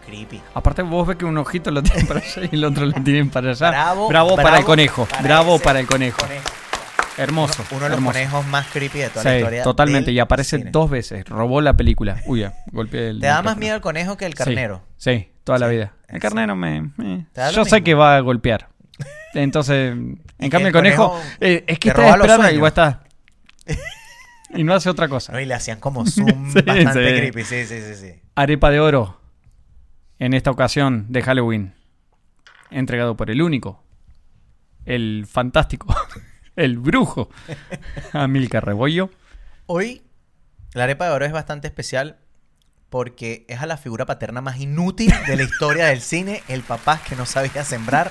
Creepy. Aparte vos ves que un ojito lo tienen para allá y el otro lo tienen para allá. Bravo, para bravo el conejo. para bravo ese para el conejo. Conejo. Hermoso. Uno de los hermoso. conejos más creepy de toda la Sí, historia. totalmente. del Y aparece cine. dos veces. Robó la película. Uy, ya, golpeé el. Te da más micrófono. miedo el conejo que el carnero. Sí, sí, toda la Sí, vida. El sí. carnero me. eh, Te da lo Yo sé mismo. que va a golpear. Entonces, en cambio, el el conejo. conejo eh, te es que está roba los esperando y sueños. igual está. Y no hace otra cosa. No, y le hacían como zoom Sí, bastante sí. creepy. Sí, sí, sí, sí. Arepa de oro. En esta ocasión de Halloween. Entregado por el único. El fantástico. El brujo. Amilcar Rebollo. Hoy, la arepa de oro es bastante especial porque es a la figura paterna más inútil de la historia del cine. El papá que no sabía sembrar,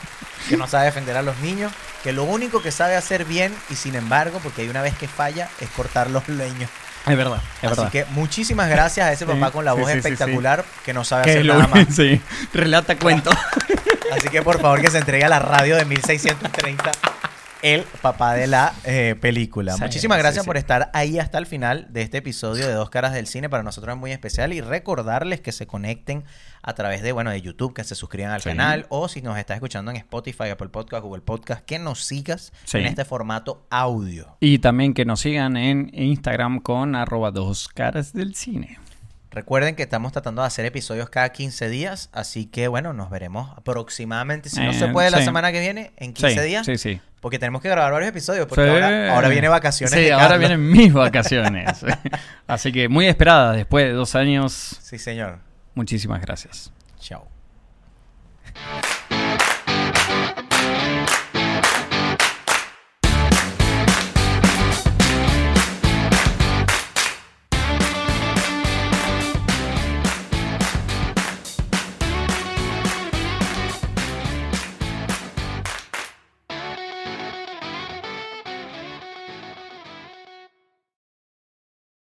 que no sabe defender a los niños, que lo único que sabe hacer bien y sin embargo, porque hay una vez que falla, es cortar los leños. Es verdad, es Así verdad. que muchísimas gracias a ese Sí, papá con la sí, voz sí, sí, sí. espectacular que no sabe Que hacer lo- nada más. sí, relata cuento. Así que por favor que se entregue a la radio de 1630 el papá de la eh, película. Sí, Muchísimas sí, gracias sí. por estar ahí hasta el final de este episodio de Dos Caras del Cine. Para nosotros es muy especial y recordarles que se conecten a través de, bueno, de YouTube, que se suscriban al Sí. canal o si nos estás escuchando en Spotify, Apple Podcast, Google Podcast, que nos sigas Sí. en este formato audio. Y también que nos sigan en Instagram con arroba dos caras del cine. Recuerden que estamos tratando de hacer episodios cada 15 días, así que bueno, nos veremos aproximadamente, si no Eh, se puede la sí. semana que viene, en Sí, 15 días. Sí, sí. Porque tenemos que grabar varios episodios. Porque Sí. ahora, ahora viene vacaciones. Sí, de ahora Carlos. vienen mis vacaciones. Así que muy esperadas después de dos años. Sí, señor. Muchísimas gracias. Chao.